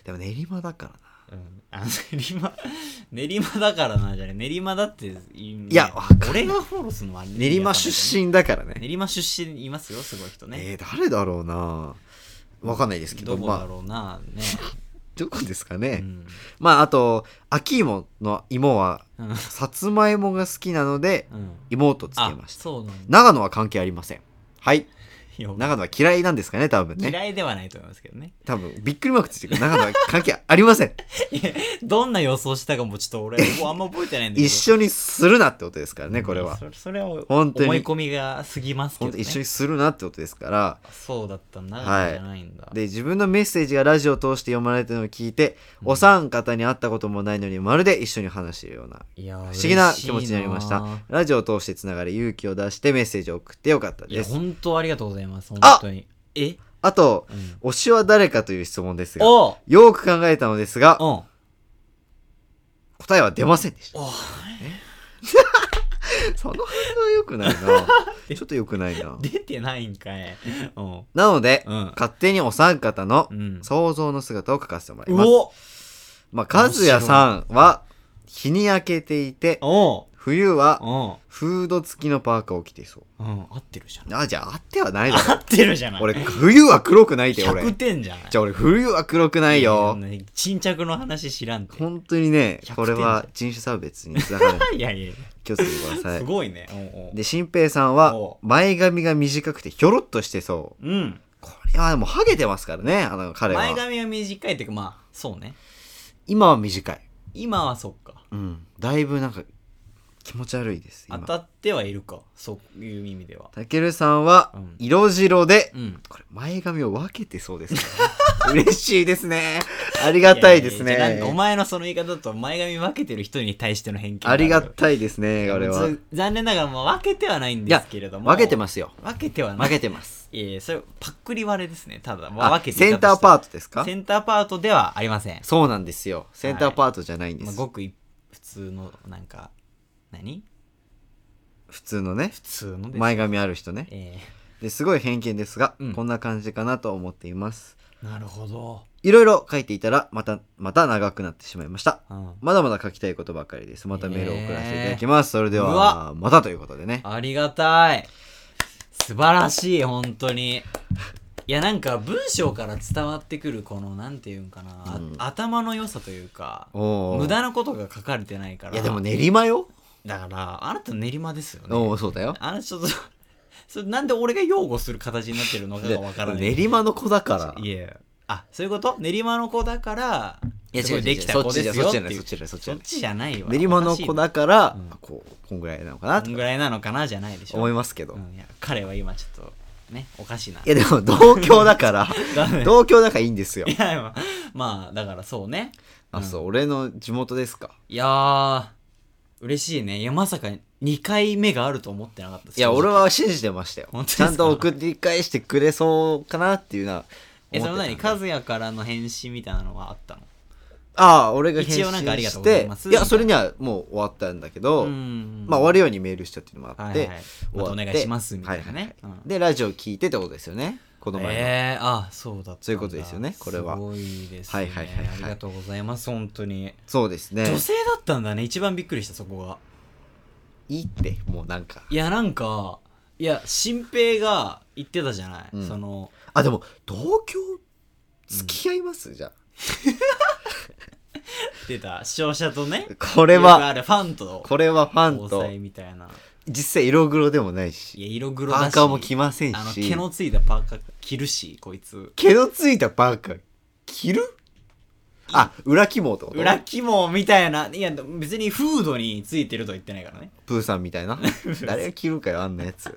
Speaker 1: でも練馬だからな
Speaker 2: うんあ練馬 練馬だからなじゃね練馬だっていいね
Speaker 1: いやわかんない
Speaker 2: 俺がフォローするのは
Speaker 1: 練馬出身だからね
Speaker 2: 練馬出身いますよすごい人ね
Speaker 1: えー、誰だろうなわかんないですけど
Speaker 2: どこ
Speaker 1: ま
Speaker 2: だ
Speaker 1: あ
Speaker 2: ろうなね
Speaker 1: どこですか
Speaker 2: う
Speaker 1: ね、
Speaker 2: ん
Speaker 1: まああと秋芋の芋は
Speaker 2: うん
Speaker 1: さつまいもが好きなので
Speaker 2: うん
Speaker 1: 芋とつけ
Speaker 2: あ
Speaker 1: ました
Speaker 2: そうなんだ
Speaker 1: 長野は関係ありませんはい
Speaker 2: 呼ぶ
Speaker 1: 長野は嫌いなんですかね、多分ね。
Speaker 2: 嫌いではないと思いますけどね。
Speaker 1: 多分、びっくりマークついてるから長野は関係ありませ ん。
Speaker 2: どんな予想したかもちょっと 俺、もうあんま覚えてないんだけど。
Speaker 1: 一緒にするなってことですからね、これは。
Speaker 2: それそれは
Speaker 1: 本当に
Speaker 2: 思い込みが過ぎますけ
Speaker 1: 本当
Speaker 2: ど、ね。
Speaker 1: 一緒にするなってことですから。
Speaker 2: そうだったんだ。
Speaker 1: はい
Speaker 2: じゃないんだ。
Speaker 1: で、自分のメッセージがラジオを通して読まれてるのを聞いて、お三方に会ったこともないのに、まるで一緒に話しているような。
Speaker 2: いやー
Speaker 1: 不思議な気持ちになりました
Speaker 2: 嬉いな。
Speaker 1: ラジオを通してつながり、勇気を出してメッセージを送ってよかった
Speaker 2: いや、
Speaker 1: です。
Speaker 2: 本当ありがとうございます。本
Speaker 1: あ
Speaker 2: 当に。え、
Speaker 1: あと、
Speaker 2: うん、
Speaker 1: 推しは誰かという質問ですが、
Speaker 2: おう
Speaker 1: よーく考えたのですが
Speaker 2: う、ん。
Speaker 1: 答えは出ませんでした。
Speaker 2: おう
Speaker 1: その反応良く ないな。ちょっと良くないな。
Speaker 2: 出てないんかい。うん。
Speaker 1: なので、
Speaker 2: うん
Speaker 1: 勝手にお三方の
Speaker 2: うん。
Speaker 1: 想像の姿を書かせてもらいうます。
Speaker 2: お
Speaker 1: まあ、和也さんは日に焼けていて、
Speaker 2: おう
Speaker 1: 冬は
Speaker 2: お
Speaker 1: フード付きのパーカーを着ていそう
Speaker 2: うん。合ってるじゃん
Speaker 1: う。。あ、じゃああってはないだろ。
Speaker 2: 合 ってるじゃない。
Speaker 1: 俺、冬は黒くないで、俺。
Speaker 2: 100点じゃない。
Speaker 1: じゃあ俺、冬は黒くないよ。
Speaker 2: ね。沈着の話知らんて。
Speaker 1: 本当にね
Speaker 2: 100、
Speaker 1: これは人種差別につながる。
Speaker 2: いやいやい
Speaker 1: 気をつけてくださ
Speaker 2: や、す
Speaker 1: い。
Speaker 2: ごいね。おうおう
Speaker 1: で、新平さんは
Speaker 2: お
Speaker 1: 前髪が短くてひょろっとしてそう。
Speaker 2: うん。
Speaker 1: これはもうハゲてますからね、あの彼は。
Speaker 2: 前髪は短いっていうか、まあ、そうね。
Speaker 1: 今は短い。
Speaker 2: 今はそっか。
Speaker 1: うん。だいぶなんか気持ち悪いです。
Speaker 2: 当
Speaker 1: 今
Speaker 2: たってはいるか。そういう意味では。
Speaker 1: たけるさんは
Speaker 2: うん
Speaker 1: 色白で、
Speaker 2: うん。
Speaker 1: これ前髪を分けてそう ですからね、嬉しいですね。ありがたいですね。
Speaker 2: やややなんかお前のその言い方だと前髪分けてる人に対しての偏見
Speaker 1: ありが
Speaker 2: と
Speaker 1: たいですね、これは。い
Speaker 2: 残念ながらもう分けてはないんですけれども
Speaker 1: 分けてますすよ。
Speaker 2: 分けてはない
Speaker 1: 分けてます。
Speaker 2: いやいやそれパックリ割れですねただまあ
Speaker 1: あ
Speaker 2: 分けて
Speaker 1: センターパー
Speaker 2: ト
Speaker 1: トですか
Speaker 2: センターパートではありません、
Speaker 1: そうなんですよ。センターパートじゃないんで
Speaker 2: まあ、
Speaker 1: す。
Speaker 2: ごくい普通のなんか何
Speaker 1: 普通のね
Speaker 2: 普、通のです
Speaker 1: 前髪ある人ね。
Speaker 2: え
Speaker 1: ですごい偏見ですが、
Speaker 2: うん
Speaker 1: こんな感じかなと思っています。
Speaker 2: ー、なるほど、
Speaker 1: いろいろ書いていたら、また、また長くなってしまいました。
Speaker 2: うん、
Speaker 1: まだまだ書きたいことばかりです。またメールを送らせていただきます。それで
Speaker 2: う
Speaker 1: は
Speaker 2: わ、
Speaker 1: またということでね。
Speaker 2: ありがたい素晴らしい本当にいやなんか文章から伝わってくるこのなんていうんかな、あ
Speaker 1: うん
Speaker 2: 頭の良さというか
Speaker 1: おー
Speaker 2: 無駄なことが書かれてないから
Speaker 1: いやでも練馬よ。
Speaker 2: だからあなた練馬ですよ
Speaker 1: お
Speaker 2: ね
Speaker 1: おそうだよ。
Speaker 2: あなたちょっと それなんで俺が擁護する形になってるのかがわからない
Speaker 1: 練馬の子だから。
Speaker 2: いやあそういうこと練馬の子だから
Speaker 1: いや
Speaker 2: すご
Speaker 1: 違う違う違う
Speaker 2: できた子ですよっていう
Speaker 1: そっちじゃないそっちじ
Speaker 2: そ
Speaker 1: ゃ
Speaker 2: っ
Speaker 1: ない
Speaker 2: ちじゃないわ
Speaker 1: 練馬の子だから、
Speaker 2: おかしいな
Speaker 1: こう、こんぐらいなのかな
Speaker 2: ことんぐらいなのかなじゃないでしょ
Speaker 1: 思いますけど。
Speaker 2: うんいや彼は今ちょっとねおかしいない
Speaker 1: やでも同郷だから、
Speaker 2: ダメ
Speaker 1: 同郷だからいいんですよ
Speaker 2: い。やまあまあだからそうね
Speaker 1: あ、そう、俺の地元ですか。
Speaker 2: いやー嬉しいねいやまさか2回目があると思ってなかった
Speaker 1: いや、
Speaker 2: 正直
Speaker 1: 俺は信じてましたよ
Speaker 2: 本当。です
Speaker 1: ち
Speaker 2: か
Speaker 1: ゃんと送り返してくれそうかなっていうのは
Speaker 2: え
Speaker 1: 思って
Speaker 2: そ
Speaker 1: た
Speaker 2: の
Speaker 1: んで。
Speaker 2: 何和也からの返信みたいなのはあったの
Speaker 1: ああ、俺が返信
Speaker 2: 一応なんかありが
Speaker 1: し
Speaker 2: とうござい
Speaker 1: て
Speaker 2: ます、
Speaker 1: いや、それにはもう終わったんだけど、
Speaker 2: ん
Speaker 1: まあ終わるようにメールしたっていうのもあっ
Speaker 2: はい
Speaker 1: て、
Speaker 2: はい
Speaker 1: 終わって
Speaker 2: またお願いしますみたいなね
Speaker 1: ははは
Speaker 2: うん
Speaker 1: で、ラジオ聞いてってことですよね。この前の。
Speaker 2: えー、あそうだったんだ
Speaker 1: そういうことですよねこれは
Speaker 2: すごいですね
Speaker 1: はいはいはいはい
Speaker 2: ありがとうございます本当に
Speaker 1: そうですね。
Speaker 2: 女性だったんだね一番びっくりしたそこが
Speaker 1: いいって、もうなんか。
Speaker 2: いやなんかいや新平が言ってたじゃない、
Speaker 1: うん
Speaker 2: その
Speaker 1: あ、でも、同居付き合います、じゃ
Speaker 2: 出た視聴者とね
Speaker 1: あ。 これ
Speaker 2: よく
Speaker 1: は、
Speaker 2: あるファンと
Speaker 1: これはファン
Speaker 2: 交
Speaker 1: と、
Speaker 2: 際みたいな
Speaker 1: 実際色黒でもない
Speaker 2: い
Speaker 1: し、
Speaker 2: や色黒だ
Speaker 1: パ
Speaker 2: し
Speaker 1: ーカーも着ません
Speaker 2: あの
Speaker 1: し
Speaker 2: 毛、のついたパーカー着るしこいつ
Speaker 1: 毛のついたパーカー着るあ、裏肝ってこと
Speaker 2: 裏肝みたいないや別にフードについてるとは言ってないからね
Speaker 1: プーさんみた いな。誰が着るかよ、あんなやつ。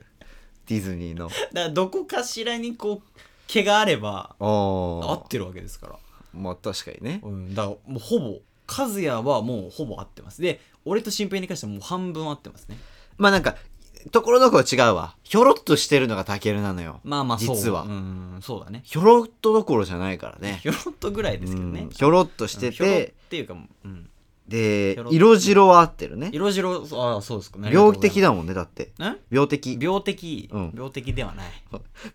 Speaker 1: ディズニーの。
Speaker 2: だからどこかしらにこう毛があれば合
Speaker 1: ああ
Speaker 2: っ。てるわけですから
Speaker 1: まあ確かにね。
Speaker 2: うんだからもうほぼ和也はもうほぼ合ってますで俺と新平に関してはもう半分合ってますね
Speaker 1: まあなんか、ところどころ違うわ。ひょろっとしてるのがタケルなのよ。
Speaker 2: まあまあそう
Speaker 1: 実は
Speaker 2: うんそうだね
Speaker 1: ひょろっとどころじゃないからね。
Speaker 2: ひょろっとぐらいですけど
Speaker 1: う
Speaker 2: ね
Speaker 1: んひょろっとして、
Speaker 2: ひょろってていうかうん
Speaker 1: で
Speaker 2: ひょろ、っと
Speaker 1: 色白は合ってるね。
Speaker 2: 色白ああそうですかね
Speaker 1: 病的だもんね、だって。
Speaker 2: ね
Speaker 1: 病的。
Speaker 2: 病的、
Speaker 1: うん
Speaker 2: 病的ではない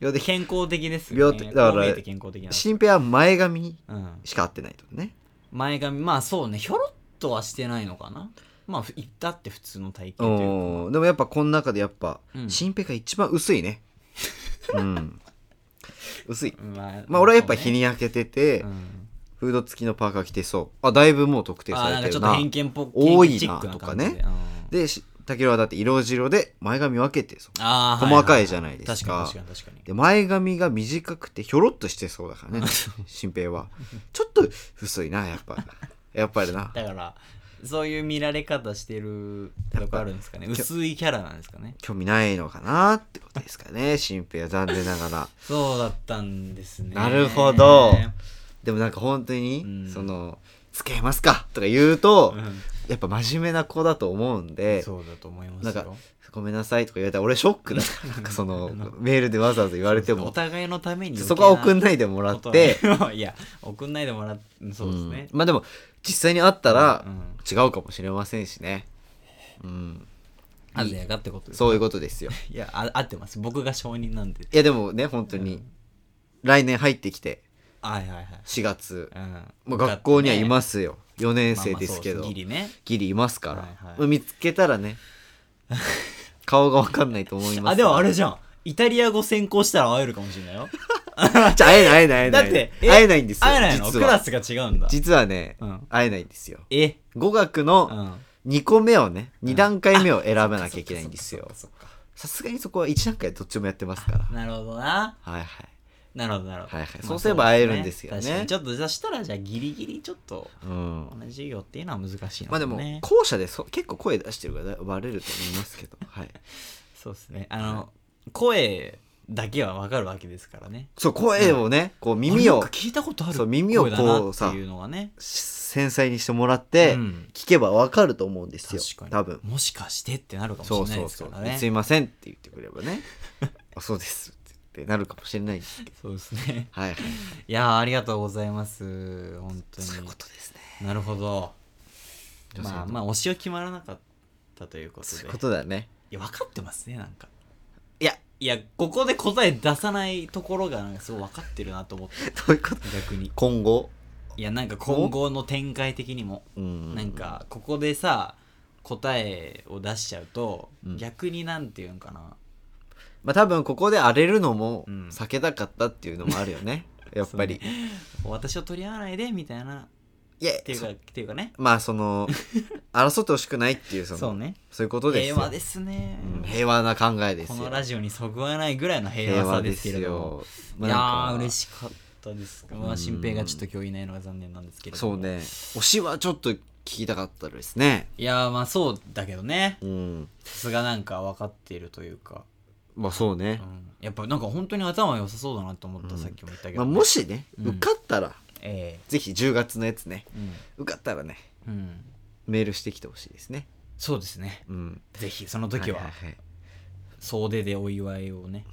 Speaker 1: 病的。
Speaker 2: 健康的ですよ、ね、
Speaker 1: 病的だから
Speaker 2: こう見えて健康的な、
Speaker 1: 新平は前髪
Speaker 2: うん、
Speaker 1: しか合ってないとね。
Speaker 2: 前髪まあそうねひょろっとはしてないのかなまあふいったって普通の体型というか
Speaker 1: うんでもやっぱこの中でやっぱ、
Speaker 2: うん
Speaker 1: 新平が一番薄い ね。うん。薄い。
Speaker 2: まあ
Speaker 1: まあ俺はやっぱ
Speaker 2: そう
Speaker 1: 日
Speaker 2: ね
Speaker 1: に焼けてて、
Speaker 2: うん
Speaker 1: フード付きのパーカー着てそう。あ、だいぶもう特定
Speaker 2: あ
Speaker 1: さ
Speaker 2: ー
Speaker 1: れ
Speaker 2: なん
Speaker 1: て
Speaker 2: かちょ
Speaker 1: る
Speaker 2: っと
Speaker 1: な。
Speaker 2: 偏見っぽく
Speaker 1: 多いな
Speaker 2: チック感じで
Speaker 1: とかね
Speaker 2: うん
Speaker 1: で、しタケルはだって色白で前髪分けてそう
Speaker 2: あー
Speaker 1: 細かいじゃないですか
Speaker 2: 確かに確かに確かに
Speaker 1: で前髪が短くてひょろっとしてそうだからね 新平はちょっと薄いなやっぱやっぱりな
Speaker 2: だからそういう見られ方してるとこあるんですかね薄いキャラなんですかね
Speaker 1: 興味ないのかなってことですかね新平は残念ながら
Speaker 2: そうだったんですね
Speaker 1: なるほど
Speaker 2: うん
Speaker 1: でもなんか本当に、
Speaker 2: うん
Speaker 1: その「付き合いますか?」とか言うと、やっぱ真面目な子だと思うんで
Speaker 2: そうだと思います
Speaker 1: な
Speaker 2: よ
Speaker 1: んかごめんなさいとか言われたら俺ショックだ からなんかそのメールでわざわざ言われて
Speaker 2: お
Speaker 1: も
Speaker 2: 互いのために
Speaker 1: そこは送んないでもらって、
Speaker 2: 余計なことは いや送んないでもらってそうですね、
Speaker 1: うんまあでも実際に会ったら
Speaker 2: うん
Speaker 1: 違うかもしれませんしねうん
Speaker 2: あずやがってことです
Speaker 1: そういうことですよ
Speaker 2: いやあ合ってます僕が承認なんで
Speaker 1: いやでもね本当に来年入ってきて
Speaker 2: はいはいはい、
Speaker 1: 4月
Speaker 2: うん
Speaker 1: もう学校にはい
Speaker 2: ま
Speaker 1: ますすよ4年生ですけど、
Speaker 2: ギリね
Speaker 1: ギリいますから、
Speaker 2: はいはい
Speaker 1: まあ見つけたら ね顔がわかんないと思います
Speaker 2: あでもあれ
Speaker 1: ゃ
Speaker 2: じゃんイタリア語専攻したら会えるかもしれないよ
Speaker 1: ん会えない会えない
Speaker 2: だ
Speaker 1: 会
Speaker 2: っ
Speaker 1: えない
Speaker 2: て
Speaker 1: 会えないんですよ
Speaker 2: 会えないの
Speaker 1: 実
Speaker 2: クラ
Speaker 1: は
Speaker 2: スが違うんだ
Speaker 1: 実はね、
Speaker 2: うん
Speaker 1: 会えないんですよ
Speaker 2: え
Speaker 1: 語学
Speaker 2: う
Speaker 1: の
Speaker 2: ん
Speaker 1: 2個目をね、2段階目を選ばなきゃいけないんですよ
Speaker 2: そっかそっか
Speaker 1: さすがにそこは1段階どっちもやってますから
Speaker 2: なるほどな
Speaker 1: はいはい
Speaker 2: なるほどなるほど、
Speaker 1: はいはい
Speaker 2: まあ
Speaker 1: そうすれば会えるんですよね
Speaker 2: 確かにちょっとじゃあしたらじゃあギリギリちょっと
Speaker 1: うん
Speaker 2: 同じ授業っていうのは難しいの
Speaker 1: まあでも、校舎でそ結構声出してるからバレると思います けど、はい、
Speaker 2: そうですねあの、声だけはわかるわけですからね
Speaker 1: そう声をね、こう耳
Speaker 2: あ
Speaker 1: を
Speaker 2: なんか聞いたことある
Speaker 1: そう耳をこう
Speaker 2: 声だなっていうのがね
Speaker 1: 繊細にして もらって、
Speaker 2: うん
Speaker 1: 聞けばわかると思うんですよ
Speaker 2: 確かに
Speaker 1: 多分
Speaker 2: もしかしてってなるかもし
Speaker 1: そう
Speaker 2: れない
Speaker 1: そ
Speaker 2: で
Speaker 1: う
Speaker 2: す
Speaker 1: そ
Speaker 2: か
Speaker 1: う
Speaker 2: ら
Speaker 1: 「
Speaker 2: ね
Speaker 1: すいません」って言ってくればね 「あそうです」ってなるかもしれないですけど
Speaker 2: そうですね
Speaker 1: はいはい
Speaker 2: いやーありがとうございます本当に
Speaker 1: そういうことですね
Speaker 2: なるほど
Speaker 1: 女性の
Speaker 2: まあまあ推しは決まらなかったということ
Speaker 1: そうい
Speaker 2: で
Speaker 1: うことだね
Speaker 2: いや分かってますねなんか
Speaker 1: いや
Speaker 2: いやここで答え出さないところがなんかすごい分かってるなと思って
Speaker 1: どういうこと
Speaker 2: 逆に
Speaker 1: 今後
Speaker 2: いやなんか今後の展開的にも
Speaker 1: うん
Speaker 2: なんかここでさ答えを出しちゃうと、
Speaker 1: うん
Speaker 2: 逆になんていうんかな
Speaker 1: まあ多分ここで荒れるのも
Speaker 2: うん
Speaker 1: 避けたかったっていうのもあるよ ね、やっぱり、
Speaker 2: そう私を取り合わないでみたいな
Speaker 1: いや
Speaker 2: っていうかっていうかね
Speaker 1: まあそ の争ってほしくないっていうそ
Speaker 2: そ
Speaker 1: の
Speaker 2: うね
Speaker 1: そういうことですよ
Speaker 2: 平和ですね、
Speaker 1: うん平和な考えです
Speaker 2: こ
Speaker 1: よ
Speaker 2: のラジオにそぐわないぐらいの平
Speaker 1: 平
Speaker 2: 和さ
Speaker 1: 和
Speaker 2: で
Speaker 1: ですす
Speaker 2: けれど
Speaker 1: よ
Speaker 2: もいやー
Speaker 1: しい
Speaker 2: 嬉しかったですま
Speaker 1: うん
Speaker 2: あ新平がちょっと今日いないのが残念なんですけれど
Speaker 1: そ
Speaker 2: も
Speaker 1: うね推しはちょっと聞きたかったですね
Speaker 2: いやーまあそうだけどね
Speaker 1: うん
Speaker 2: さすがなんか分かっているというか、
Speaker 1: まあそうね
Speaker 2: う、んやっぱなんか本当に頭良さそうだなと思った、
Speaker 1: うん
Speaker 2: さっきも言ったけ
Speaker 1: ま
Speaker 2: ど、
Speaker 1: あ、もしね、
Speaker 2: うん
Speaker 1: 受かったら
Speaker 2: え
Speaker 1: ぜひ10月のやつね
Speaker 2: え
Speaker 1: 受かったらね
Speaker 2: うん、うん、
Speaker 1: メールしてきてほしいですね
Speaker 2: そうですね
Speaker 1: うん
Speaker 2: ぜひその時は
Speaker 1: はいい
Speaker 2: 総出でお祝いをね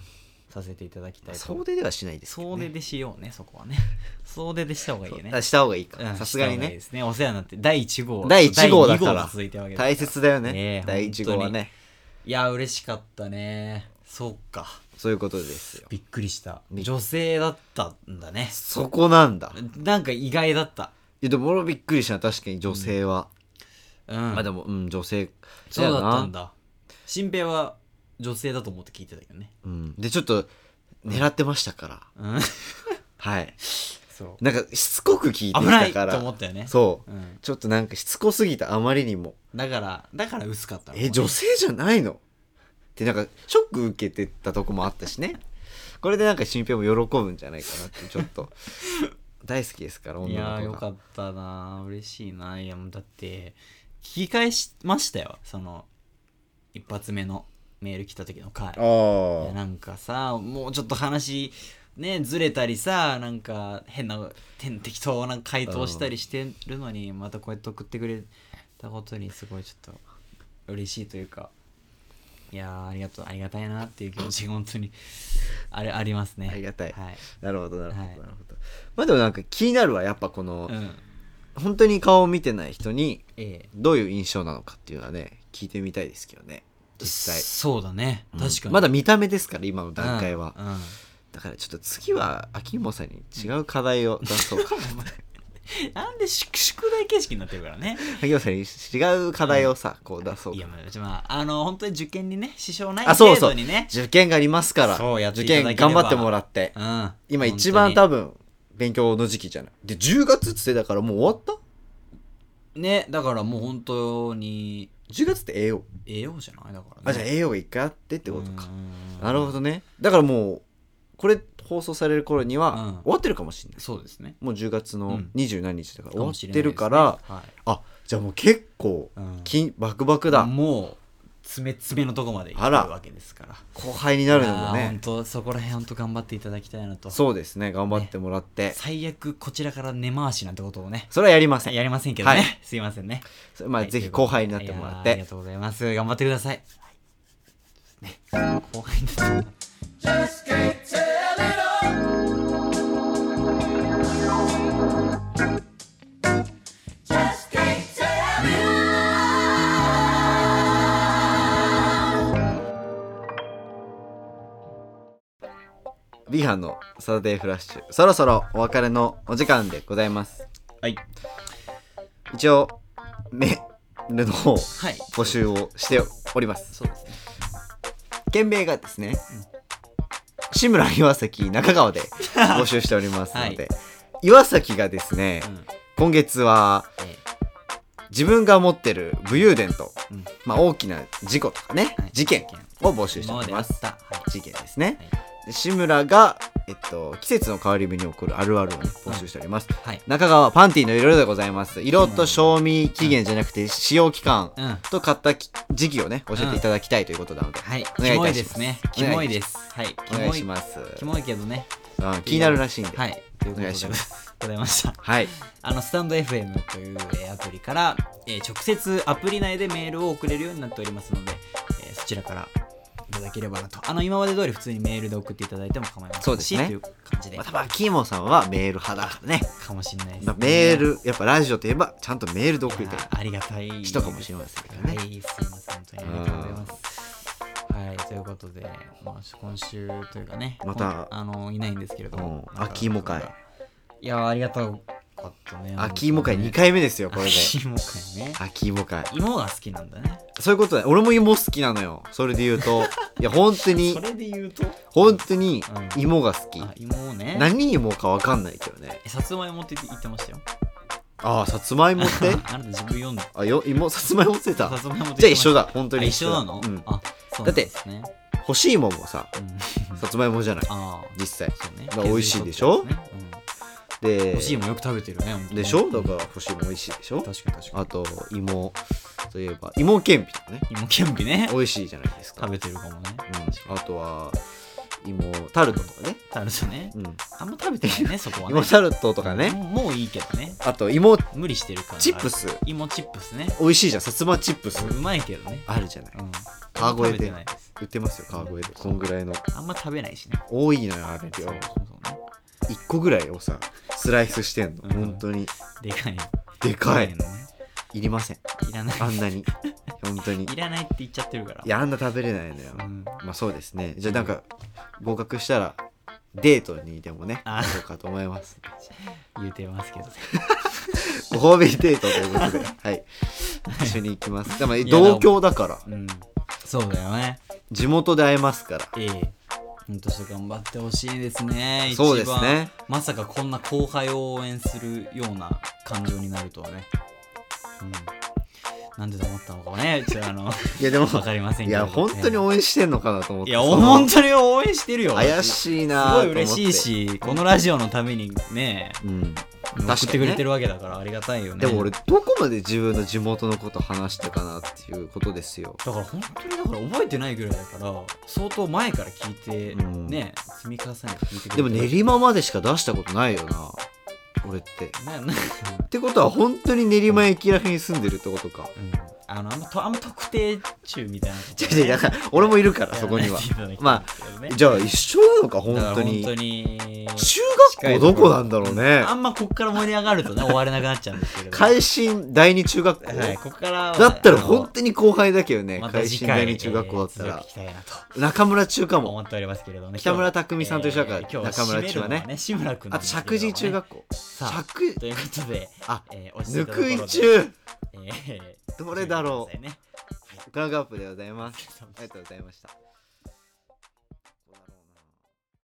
Speaker 2: させていただきた
Speaker 1: はいい、
Speaker 2: と
Speaker 1: 総出ではしないですけ
Speaker 2: 総
Speaker 1: ど、
Speaker 2: 出
Speaker 1: ね、
Speaker 2: でしようねそこは ね総出でした方がいいよね
Speaker 1: あした方がいいか
Speaker 2: うん
Speaker 1: さすがに
Speaker 2: した方いい
Speaker 1: ね
Speaker 2: ですねお世話になって第1号
Speaker 1: 第1号だから
Speaker 2: 第二号が続いたわけですから
Speaker 1: 大切だよね
Speaker 2: ねえ
Speaker 1: 第1号はね
Speaker 2: いや嬉しかったねそうか
Speaker 1: そういうことですよ
Speaker 2: びっくりした
Speaker 1: びっ
Speaker 2: 女性だったんだね
Speaker 1: そこなんだい
Speaker 2: なんか意外だった
Speaker 1: やでも俺はびっくりした確かに女性は、
Speaker 2: うん
Speaker 1: まあでもうん女性
Speaker 2: そうだったん
Speaker 1: だよな、
Speaker 2: だ新平は女性だと思って聞いてたけどね
Speaker 1: うん、でちょっと狙ってましたから、
Speaker 2: うん
Speaker 1: はい
Speaker 2: そ
Speaker 1: なんかしつこく聞いてき
Speaker 2: 危な
Speaker 1: た
Speaker 2: い
Speaker 1: から
Speaker 2: と思ったよね
Speaker 1: そう
Speaker 2: う、ん、
Speaker 1: ちょっとなんかしつこすぎたあまりにも
Speaker 2: だからだから薄かったの
Speaker 1: え女性じゃないのってなんかショック受けてたとこもあったしねこれでなんか新平も喜ぶんじゃないかなってちょっ と大好きですから
Speaker 2: い
Speaker 1: 女
Speaker 2: やーよ
Speaker 1: の子
Speaker 2: か
Speaker 1: が
Speaker 2: ったなー嬉しいないやもうだって聞き返しましたよその一発目のメール来た時の回
Speaker 1: あ
Speaker 2: いや
Speaker 1: ー
Speaker 2: なんかさもうちょっと話ねずれたりさなんか変な変適当な回答したりしてるのにまたこうやって送ってくれたことにすごいちょっと嬉しいというかいやーありがとうありがたいなっていう気 持ちが本当にあれありますね
Speaker 1: ありがたい
Speaker 2: はい、
Speaker 1: なるほどなるほど、
Speaker 2: はい
Speaker 1: なるほどまあでもなんか気になるわやっぱこの、
Speaker 2: うん
Speaker 1: 本当に顔を見てない人に
Speaker 2: ええ
Speaker 1: どういう印象なのかっていうのはね聞いてみたいですけどね実際
Speaker 2: そうだね
Speaker 1: うん
Speaker 2: 確かに、
Speaker 1: まだ見た目ですから今の段階は、
Speaker 2: うんうん
Speaker 1: だからちょっと次は秋元さんに違う課題を出そう か
Speaker 2: なんで宿宿題形式になってるからね
Speaker 1: 秋元さんに違う課題をさ、こう出そう
Speaker 2: いや
Speaker 1: か
Speaker 2: まあ、まあ、あの本当に受験にね支障ない
Speaker 1: あそう
Speaker 2: 程
Speaker 1: そう
Speaker 2: 度にね
Speaker 1: 受験がありますから
Speaker 2: そうやって
Speaker 1: 受
Speaker 2: いただければ
Speaker 1: 験頑張ってもらって
Speaker 2: うん
Speaker 1: 今一番多
Speaker 2: 分
Speaker 1: 分勉強の時期じゃないで10月っつってだからもう終わっ
Speaker 2: ねだからもう本当に
Speaker 1: 10月って栄養
Speaker 2: 栄養じゃないだからね
Speaker 1: あじゃあ
Speaker 2: っ
Speaker 1: 栄養が一回あってってことかなるほ
Speaker 2: ど
Speaker 1: どねだからもうこれ放送される頃には
Speaker 2: うん
Speaker 1: 終わってるかもしれない
Speaker 2: そうですね
Speaker 1: もう10月
Speaker 2: う
Speaker 1: の
Speaker 2: ん
Speaker 1: 20何日だから終わ
Speaker 2: も
Speaker 1: っ
Speaker 2: しれ
Speaker 1: てるから、
Speaker 2: ない
Speaker 1: あじゃあもう結構
Speaker 2: ですねはいうん
Speaker 1: 金バクバクだ、
Speaker 2: もう爪爪のとこまでいって
Speaker 1: あ
Speaker 2: る
Speaker 1: ら
Speaker 2: わけですから
Speaker 1: 後輩になるのも
Speaker 2: 本
Speaker 1: ね
Speaker 2: 当そこら辺本当頑張っていただきたいなと
Speaker 1: そうですね頑張ってもらって、
Speaker 2: 最悪こちらから根回しなんてことをね
Speaker 1: それはやりません、
Speaker 2: やりませんけどね、
Speaker 1: はい
Speaker 2: すいませんね
Speaker 1: それまあ、
Speaker 2: はい
Speaker 1: ぜひ後輩になってもらっ
Speaker 2: いやーあり
Speaker 1: て
Speaker 2: がとうございます頑張ってください、ね、後輩になってもらって
Speaker 1: ビハンのサタデーフラッシュそろそろお別れのお時間でございます
Speaker 2: はい
Speaker 1: 一応メールの方
Speaker 2: はい
Speaker 1: 募集をしております
Speaker 2: そうですね
Speaker 1: 件名がですね、志村岩崎中川 で募集しておりますので、岩崎がですね、
Speaker 2: うん
Speaker 1: 今月は
Speaker 2: え
Speaker 1: 自分が持ってる武勇伝と、
Speaker 2: うん
Speaker 1: まあ、大きな事故とかね、
Speaker 2: はい
Speaker 1: 事件
Speaker 2: 事件
Speaker 1: を募集して
Speaker 2: 今
Speaker 1: お
Speaker 2: ま
Speaker 1: り
Speaker 2: であ
Speaker 1: ま
Speaker 2: っ
Speaker 1: す
Speaker 2: た、はい
Speaker 1: 事件ですね
Speaker 2: はい
Speaker 1: で志村が、えっと、季節の変わり目に起こるあるあるを、ね、募集しております、
Speaker 2: はい
Speaker 1: 中川はパンティの色でございます色と賞味期限じゃなくて使用期間
Speaker 2: うん
Speaker 1: と買ったき時期をね教えていただきたいということなので、
Speaker 2: はい
Speaker 1: お
Speaker 2: キ
Speaker 1: 願いい
Speaker 2: モい
Speaker 1: たし
Speaker 2: で
Speaker 1: ます
Speaker 2: すね
Speaker 1: お
Speaker 2: キ
Speaker 1: 願い
Speaker 2: モいですはいキ
Speaker 1: お願い
Speaker 2: モい
Speaker 1: します
Speaker 2: キモいけどね
Speaker 1: うん気になるらしいんでは、
Speaker 2: はいいということ
Speaker 1: お
Speaker 2: で
Speaker 1: 願いしま
Speaker 2: ございましたあのスタンド FM という、えーアプリから、えー直接アプリ内でメールを送れるようになっておりますので、えーそちらからいただければなとあの今まで通り普通にメールで送っていただいても構いませんし
Speaker 1: そうですね
Speaker 2: という感じで
Speaker 1: まあ、多分キーモンさんはメール派だからね
Speaker 2: かもしれないです、
Speaker 1: まあメールやっぱラジオといえばちゃんとメールで送り
Speaker 2: いや
Speaker 1: たい
Speaker 2: ーありがたい
Speaker 1: 人かもしれませんけどね
Speaker 2: はい、すいません、本当にありがとうございます。はい、ということで、まあ、今週というかね、
Speaker 1: また
Speaker 2: こんあのいないんですけれども、
Speaker 1: うん秋芋会。
Speaker 2: いやー、ありがたかったね。
Speaker 1: 秋芋会2
Speaker 2: で
Speaker 1: 回目ですよこれで
Speaker 2: 秋芋会ね。
Speaker 1: 秋芋会
Speaker 2: 芋が好きなんだね。
Speaker 1: そういうことだよ俺も芋好きなのよそれで言う といや本当に
Speaker 2: それで言うと、
Speaker 1: 本当に
Speaker 2: うん
Speaker 1: 芋が好き、
Speaker 2: あ芋をね、
Speaker 1: 何芋か分かんないけどね
Speaker 2: えさつまいもって言ってましたよ。
Speaker 1: ああさつまいもって
Speaker 2: あなた自分読んだ。
Speaker 1: あよ芋さつまいもってた
Speaker 2: さつまいもって言ってました
Speaker 1: じゃあ一緒だ本当
Speaker 2: あ
Speaker 1: に
Speaker 2: 一緒なの、
Speaker 1: うん、
Speaker 2: あ、そうなんですね。
Speaker 1: 欲しいもんもさ
Speaker 2: うん、
Speaker 1: さつまいもじゃない
Speaker 2: ああ。
Speaker 1: 実際
Speaker 2: そうね
Speaker 1: だから美味しいでしょ
Speaker 2: 削り取ったやつねうん
Speaker 1: で
Speaker 2: 欲しいもんよく食べてるね。本当ね
Speaker 1: でしょだから欲しいも美味しいでしょ
Speaker 2: 確かに確かに。
Speaker 1: あと芋といえば芋けんぴとかね
Speaker 2: 芋けんぴね。
Speaker 1: 美味しいじゃないですか
Speaker 2: 食べてるかもね。
Speaker 1: うん、あとは芋タルトとかね、
Speaker 2: タルトね
Speaker 1: う。ん、
Speaker 2: あんま食べてないね、そこはね。
Speaker 1: 芋タルトとか
Speaker 2: も
Speaker 1: ね、
Speaker 2: うもういいけどね。
Speaker 1: あと芋
Speaker 2: 無理してるから。
Speaker 1: チップ。ス
Speaker 2: 芋チップスね。
Speaker 1: 美味しいじゃんさつまチップス
Speaker 2: うまいけどね。
Speaker 1: あるじゃない
Speaker 2: うん。
Speaker 1: 川越
Speaker 2: 食べ
Speaker 1: で
Speaker 2: てないです。
Speaker 1: 売ってますよ川越でこんぐらいの
Speaker 2: あんま食べないしね。
Speaker 1: 多いのよあれ
Speaker 2: そう
Speaker 1: 量
Speaker 2: そうそうね。
Speaker 1: 1個ぐらいをさスライスしてんの、
Speaker 2: うん
Speaker 1: 本当に
Speaker 2: でかい。
Speaker 1: でかい
Speaker 2: でのね
Speaker 1: いりません
Speaker 2: いらない。
Speaker 1: あんなに本当にい
Speaker 2: いらないって言っちゃってるから。
Speaker 1: やあんな食べれないのよ、
Speaker 2: うん。
Speaker 1: まあそうですねじゃあなんか合格したらデートにでもね
Speaker 2: あ
Speaker 1: 行こうかと思います
Speaker 2: 言うてますけどね。
Speaker 1: ご褒美デートということ ではい一緒に行きますでも
Speaker 2: いや
Speaker 1: 同郷だから
Speaker 2: うん。そうだよね。
Speaker 1: 地元で会えますから
Speaker 2: ええ。本当そう頑張ってほしいですね。
Speaker 1: そうで
Speaker 2: 一
Speaker 1: す
Speaker 2: 番
Speaker 1: ね
Speaker 2: まさかこんな後輩を応援するような感情になるとはね。うん。なんでと思ったのかね、ちょっ とあの、わ
Speaker 1: いやでも
Speaker 2: かりません
Speaker 1: い
Speaker 2: けど。
Speaker 1: や本当に応援してんのかなと思っ
Speaker 2: い
Speaker 1: て
Speaker 2: や、
Speaker 1: その
Speaker 2: 本当に応援してるよ。
Speaker 1: 怪
Speaker 2: い。
Speaker 1: しい
Speaker 2: す
Speaker 1: な
Speaker 2: ご
Speaker 1: ぁ
Speaker 2: い
Speaker 1: と思って
Speaker 2: 嬉しいし、このラジオのためにね、
Speaker 1: うん
Speaker 2: 送ってくれてるわけだからありがたいよね。
Speaker 1: でも俺、どこまで自分の地元のこと話したかなっていうことですよ
Speaker 2: だから本当にだから覚えてないぐらいだから、相当前から聞いて、
Speaker 1: うん
Speaker 2: ね、積み重ねて聞いてくれて
Speaker 1: でも練馬までしか出したことないよな俺ってっ
Speaker 2: なな
Speaker 1: てことは本当に練馬駅らへんに住んでるってことか
Speaker 2: うんあのあんまとあんま特定中みたいなこと
Speaker 1: 違
Speaker 2: ね、
Speaker 1: う違うだから俺もいるからそこにはま
Speaker 2: あ
Speaker 1: じゃあ一緒なのか本
Speaker 2: だから
Speaker 1: 当に
Speaker 2: 本当に
Speaker 1: 中学校どこなんだろうね
Speaker 2: あんまここから盛り上がるとね終われなくなっちゃうんですけれど
Speaker 1: 開心第二中学校、
Speaker 2: はいここからは
Speaker 1: だったら
Speaker 2: あの
Speaker 1: 本当に後輩だけどね、
Speaker 2: また
Speaker 1: 開
Speaker 2: 次
Speaker 1: 心
Speaker 2: 回
Speaker 1: 第二中学校だった
Speaker 2: えー
Speaker 1: ら
Speaker 2: 続き、たいなと
Speaker 1: 中村中かも
Speaker 2: 思っておりますけれどもね
Speaker 1: 北村匠海さんと一緒だから
Speaker 2: 今日は
Speaker 1: 中村中はね
Speaker 2: 締めるの志村君な
Speaker 1: あ
Speaker 2: ん
Speaker 1: と
Speaker 2: ですけれ
Speaker 1: 石
Speaker 2: どもね
Speaker 1: 神井中学校
Speaker 2: さあ
Speaker 1: 石
Speaker 2: ということで
Speaker 1: あ
Speaker 2: えー落ち着い
Speaker 1: ぬ
Speaker 2: たところ
Speaker 1: く
Speaker 2: で
Speaker 1: い中
Speaker 2: えー
Speaker 1: どれだろう
Speaker 2: 聞いてくさいね
Speaker 1: ガンガップでございますありがとうございました